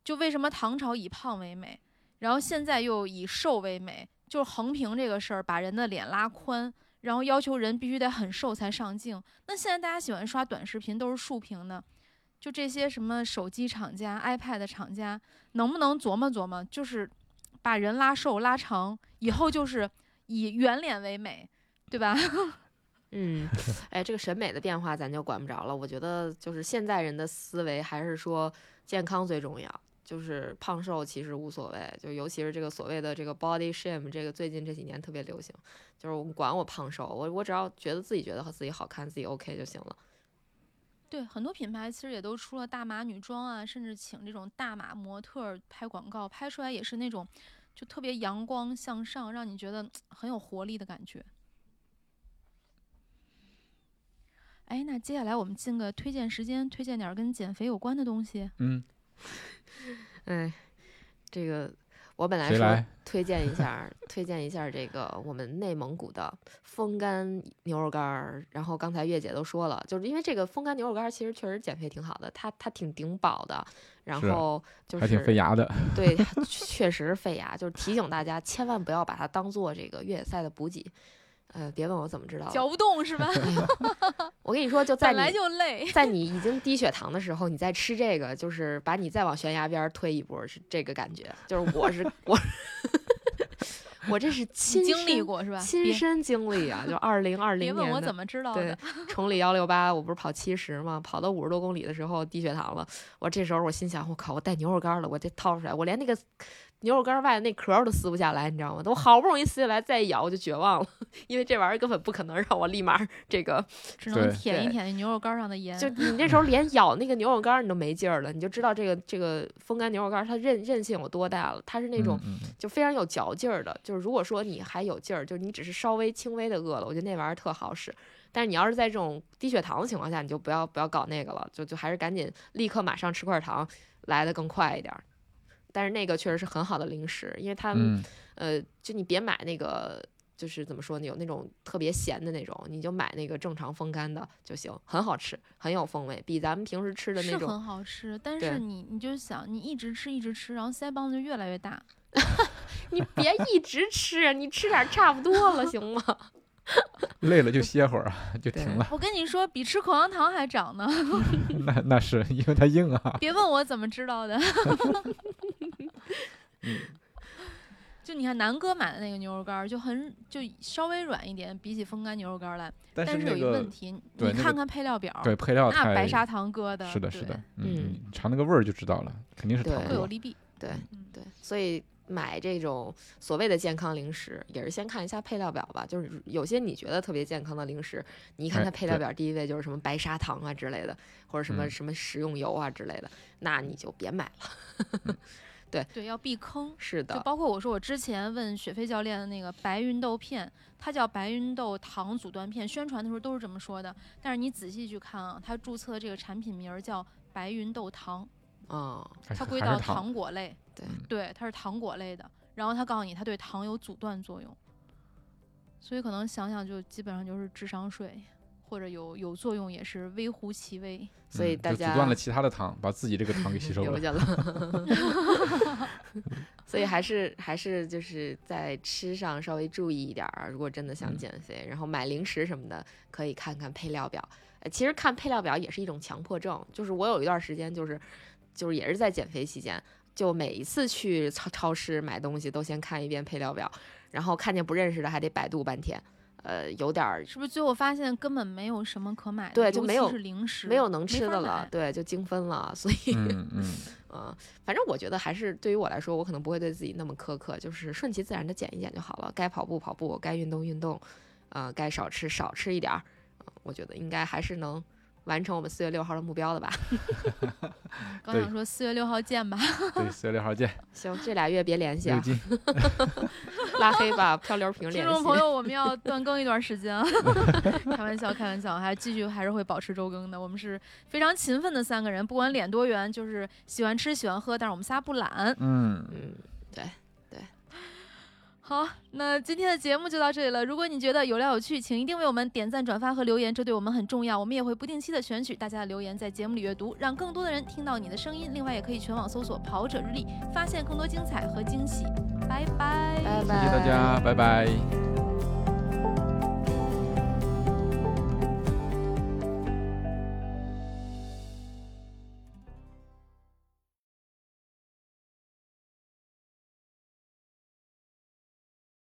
[SPEAKER 5] 就为什么唐朝以胖为美，然后现在又以瘦为美，就是横屏这个事儿，把人的脸拉宽，然后要求人必须得很瘦才上镜。那现在大家喜欢刷短视频都是竖屏的，就这些什么手机厂家、iPad 厂家，能不能琢磨琢磨，就是把人拉瘦拉长，以后就是以圆脸为美，对吧？
[SPEAKER 2] 嗯，哎，这个审美的变化咱就管不着了。我觉得就是现在人的思维还是说健康最重要，就是胖瘦其实无所谓。就尤其是这个所谓的这个 body shame，这个最近这几年特别流行，就是我管我胖瘦，我我只要觉得自己觉得自己好看，自己 OK 就行了。
[SPEAKER 5] 对，很多品牌其实也都出了大码女装啊，甚至请这种大码模特儿拍广告，拍出来也是那种就特别阳光向上，让你觉得很有活力的感觉。哎，那接下来我们进个推荐时间，推荐点儿跟减肥有关的东西。
[SPEAKER 3] 嗯，
[SPEAKER 2] 哎，这个我本来
[SPEAKER 3] 谁
[SPEAKER 2] 说
[SPEAKER 3] 来？
[SPEAKER 2] 推荐一下儿， 推荐一下儿这个我们内蒙古的风干牛肉干儿。然后刚才月姐都说了，就是因为这个风干牛肉干儿其实确实减肥挺好的，它它挺顶饱的，然
[SPEAKER 3] 是啊
[SPEAKER 2] 后就是
[SPEAKER 3] 还挺费牙的。
[SPEAKER 2] 对，它确实费牙。就是提醒大家，千万不要把它当做这个越野赛的补给。呃，别问我怎么知道的，
[SPEAKER 5] 嚼不动 是吧？
[SPEAKER 2] 我跟你说，就在
[SPEAKER 5] 本来
[SPEAKER 2] 你
[SPEAKER 5] 就累。
[SPEAKER 2] 在你已经低血糖的时候，你再吃这个，就是把你再往悬崖边儿推一波，是这个感觉。就是我是 我，我这是亲
[SPEAKER 5] 你经历
[SPEAKER 2] 身
[SPEAKER 5] 过是吧？
[SPEAKER 2] 亲
[SPEAKER 5] 别
[SPEAKER 2] 身经历啊，就二零二
[SPEAKER 5] 别
[SPEAKER 2] 零
[SPEAKER 5] 问
[SPEAKER 2] 年
[SPEAKER 5] 我
[SPEAKER 2] 的
[SPEAKER 5] 怎么知道
[SPEAKER 2] 对
[SPEAKER 5] 的。
[SPEAKER 2] 崇礼幺六八，我不是跑七十嘛，跑到五十多公里的时候低血糖了。我这时候我心想，我靠，我带牛肉干了，我这掏出来，我连那个牛肉干外那壳儿都撕不下来，你知道吗？我好不容易撕下来，再一咬我就绝望了， 因为这玩意儿根本不可能让我立马儿这个
[SPEAKER 5] 只能
[SPEAKER 3] 对
[SPEAKER 5] 舔一
[SPEAKER 2] 对
[SPEAKER 5] 舔那牛肉干上的盐。
[SPEAKER 2] 就你那时候连咬那个牛肉干儿你都没劲儿了，你就知道这个这个风干牛肉干儿它韧韧性有多大了。它是那种
[SPEAKER 3] 嗯嗯嗯
[SPEAKER 2] 就非常有嚼劲儿的，就是如果说你还有劲儿，就是你只是稍微轻微的饿了，我觉得那玩意儿特好使。但是你要是在这种低血糖的情况下，你就不要不要搞那个了，就就还是赶紧立刻马上吃块糖来的更快一点儿。但是那个确实是很好的零食，因为它们、
[SPEAKER 3] 嗯
[SPEAKER 2] 呃，就你别买那个，就是怎么说呢，有那种特别咸的那种，你就买那个正常风干的就行，很好吃，很有风味，比咱们平时吃的那
[SPEAKER 5] 是
[SPEAKER 2] 种
[SPEAKER 5] 很好吃，但
[SPEAKER 2] 对
[SPEAKER 5] 是你你就想，你一直吃一直吃，然后腮帮子就越来越大。
[SPEAKER 2] 你别一直吃，啊你吃点儿差不多了，行吗？
[SPEAKER 3] 累了就歇会儿啊， 就
[SPEAKER 2] 对
[SPEAKER 3] 停了。
[SPEAKER 5] 我跟你说，比吃口香糖还长呢。
[SPEAKER 3] 那那是因为它硬啊。
[SPEAKER 5] 别问我怎么知道的。
[SPEAKER 3] 嗯
[SPEAKER 5] 就你看南哥买的那个牛肉干儿，就很就稍微软一点，比起风干牛肉干儿来，
[SPEAKER 3] 但
[SPEAKER 5] 但是有
[SPEAKER 3] 那
[SPEAKER 5] 一个
[SPEAKER 3] 个
[SPEAKER 5] 问题，
[SPEAKER 3] 对那
[SPEAKER 5] 你
[SPEAKER 3] 个
[SPEAKER 5] 看看配料表，
[SPEAKER 3] 对配料
[SPEAKER 5] 那
[SPEAKER 3] 太
[SPEAKER 5] 白砂糖搁的，
[SPEAKER 3] 是的，是
[SPEAKER 5] 对
[SPEAKER 3] 的，
[SPEAKER 2] 嗯
[SPEAKER 3] 嗯，你尝那个味儿就知道了，肯定是
[SPEAKER 2] 对
[SPEAKER 3] 糖
[SPEAKER 5] 各有
[SPEAKER 3] 果。
[SPEAKER 5] 利弊。
[SPEAKER 2] 对
[SPEAKER 5] 嗯
[SPEAKER 2] 对，所以买这种所谓的健康零食，也是先看一下配料表吧。就是有些你觉得特别健康的零食，你一看
[SPEAKER 3] 哎
[SPEAKER 2] 它配料
[SPEAKER 3] 对
[SPEAKER 2] 表第一位就是什么白砂糖啊之类的，或者什么
[SPEAKER 3] 嗯
[SPEAKER 2] 什么食用油啊之类的，那你就别买了。
[SPEAKER 5] 对，要避坑。
[SPEAKER 2] 是
[SPEAKER 5] 就
[SPEAKER 2] 的，
[SPEAKER 5] 包括我说，我之前问雪飞教练的那个白芸豆片，它叫白芸豆糖阻断片，宣传的时候都是这么说的。但是你仔细去看啊，它注册这个产品名儿叫白芸豆糖，
[SPEAKER 2] 嗯，
[SPEAKER 3] 哎还是
[SPEAKER 5] 它归
[SPEAKER 3] 还是
[SPEAKER 5] 到
[SPEAKER 3] 糖嗯
[SPEAKER 5] 糖果类，
[SPEAKER 2] 对
[SPEAKER 5] 对，它是糖果类的。然后它告诉你，它对糖有阻断作用，所以可能想想就基本上就是智商税，或者有有作用也是微乎其微。
[SPEAKER 2] 所以
[SPEAKER 3] 嗯
[SPEAKER 2] 大
[SPEAKER 3] 就
[SPEAKER 2] 家
[SPEAKER 3] 阻断了其他的糖，把自己这个糖给 吸收
[SPEAKER 2] 留
[SPEAKER 3] 了。
[SPEAKER 2] 下了。 所以还是还是就是在吃上稍微注意一点儿，如果真的想
[SPEAKER 3] 嗯
[SPEAKER 2] 减肥，然后买零食什么的，可以看看配料表。呃其实看配料表也是一种强迫症，就是我有一段时间就是就是也是在减肥期间，就每一次去超超市买东西都先看一遍配料表，然后看见不认识的还得百度半天，呃，有点儿
[SPEAKER 5] 是不是最后发现根本没有什么可买的？
[SPEAKER 2] 对就
[SPEAKER 5] 尤
[SPEAKER 2] 没
[SPEAKER 5] 其
[SPEAKER 2] 有
[SPEAKER 5] 是零食，
[SPEAKER 2] 没有能吃
[SPEAKER 5] 法
[SPEAKER 2] 的了
[SPEAKER 5] 买，
[SPEAKER 2] 对，就精分了， 所以。
[SPEAKER 3] 嗯嗯，
[SPEAKER 2] 嗯，反正我觉得还是对于我来说，我可能不会对自己那么苛刻，就是顺其自然的减一减就好了。该跑步跑步，该运动运动，呃，该少吃少吃一点儿、呃我觉得应该还是能完成我们四月六号的目标的吧。
[SPEAKER 5] 刚
[SPEAKER 3] 对
[SPEAKER 5] 想说四月六号见吧。
[SPEAKER 3] 对，四月六号见，
[SPEAKER 2] 行，这俩月别联系
[SPEAKER 3] 六
[SPEAKER 2] 啊，
[SPEAKER 3] 斤。
[SPEAKER 2] 拉黑吧，漂流瓶
[SPEAKER 5] 听
[SPEAKER 2] 联
[SPEAKER 5] 众朋
[SPEAKER 2] 系。
[SPEAKER 5] 友，我们要断更一段时间啊！开玩笑，开玩笑，还继续还是会保持周更的。我们是非常勤奋的三个人，不管脸多圆，就是喜欢吃喜欢喝，但是我们仨不懒。
[SPEAKER 3] 嗯，
[SPEAKER 2] 嗯，
[SPEAKER 5] 好，那今天的节目就到这里了。如果你觉得有料有趣，请一定为我们点赞、转发和留言，这对我们很重要。我们也会不定期的选取大家的留言，在节目里阅读，让更多的人听到你的声音。另外，也可以全网搜索“跑者日历”，发现更多精彩和惊喜。拜拜
[SPEAKER 2] 拜拜，
[SPEAKER 3] 谢谢大家，拜拜。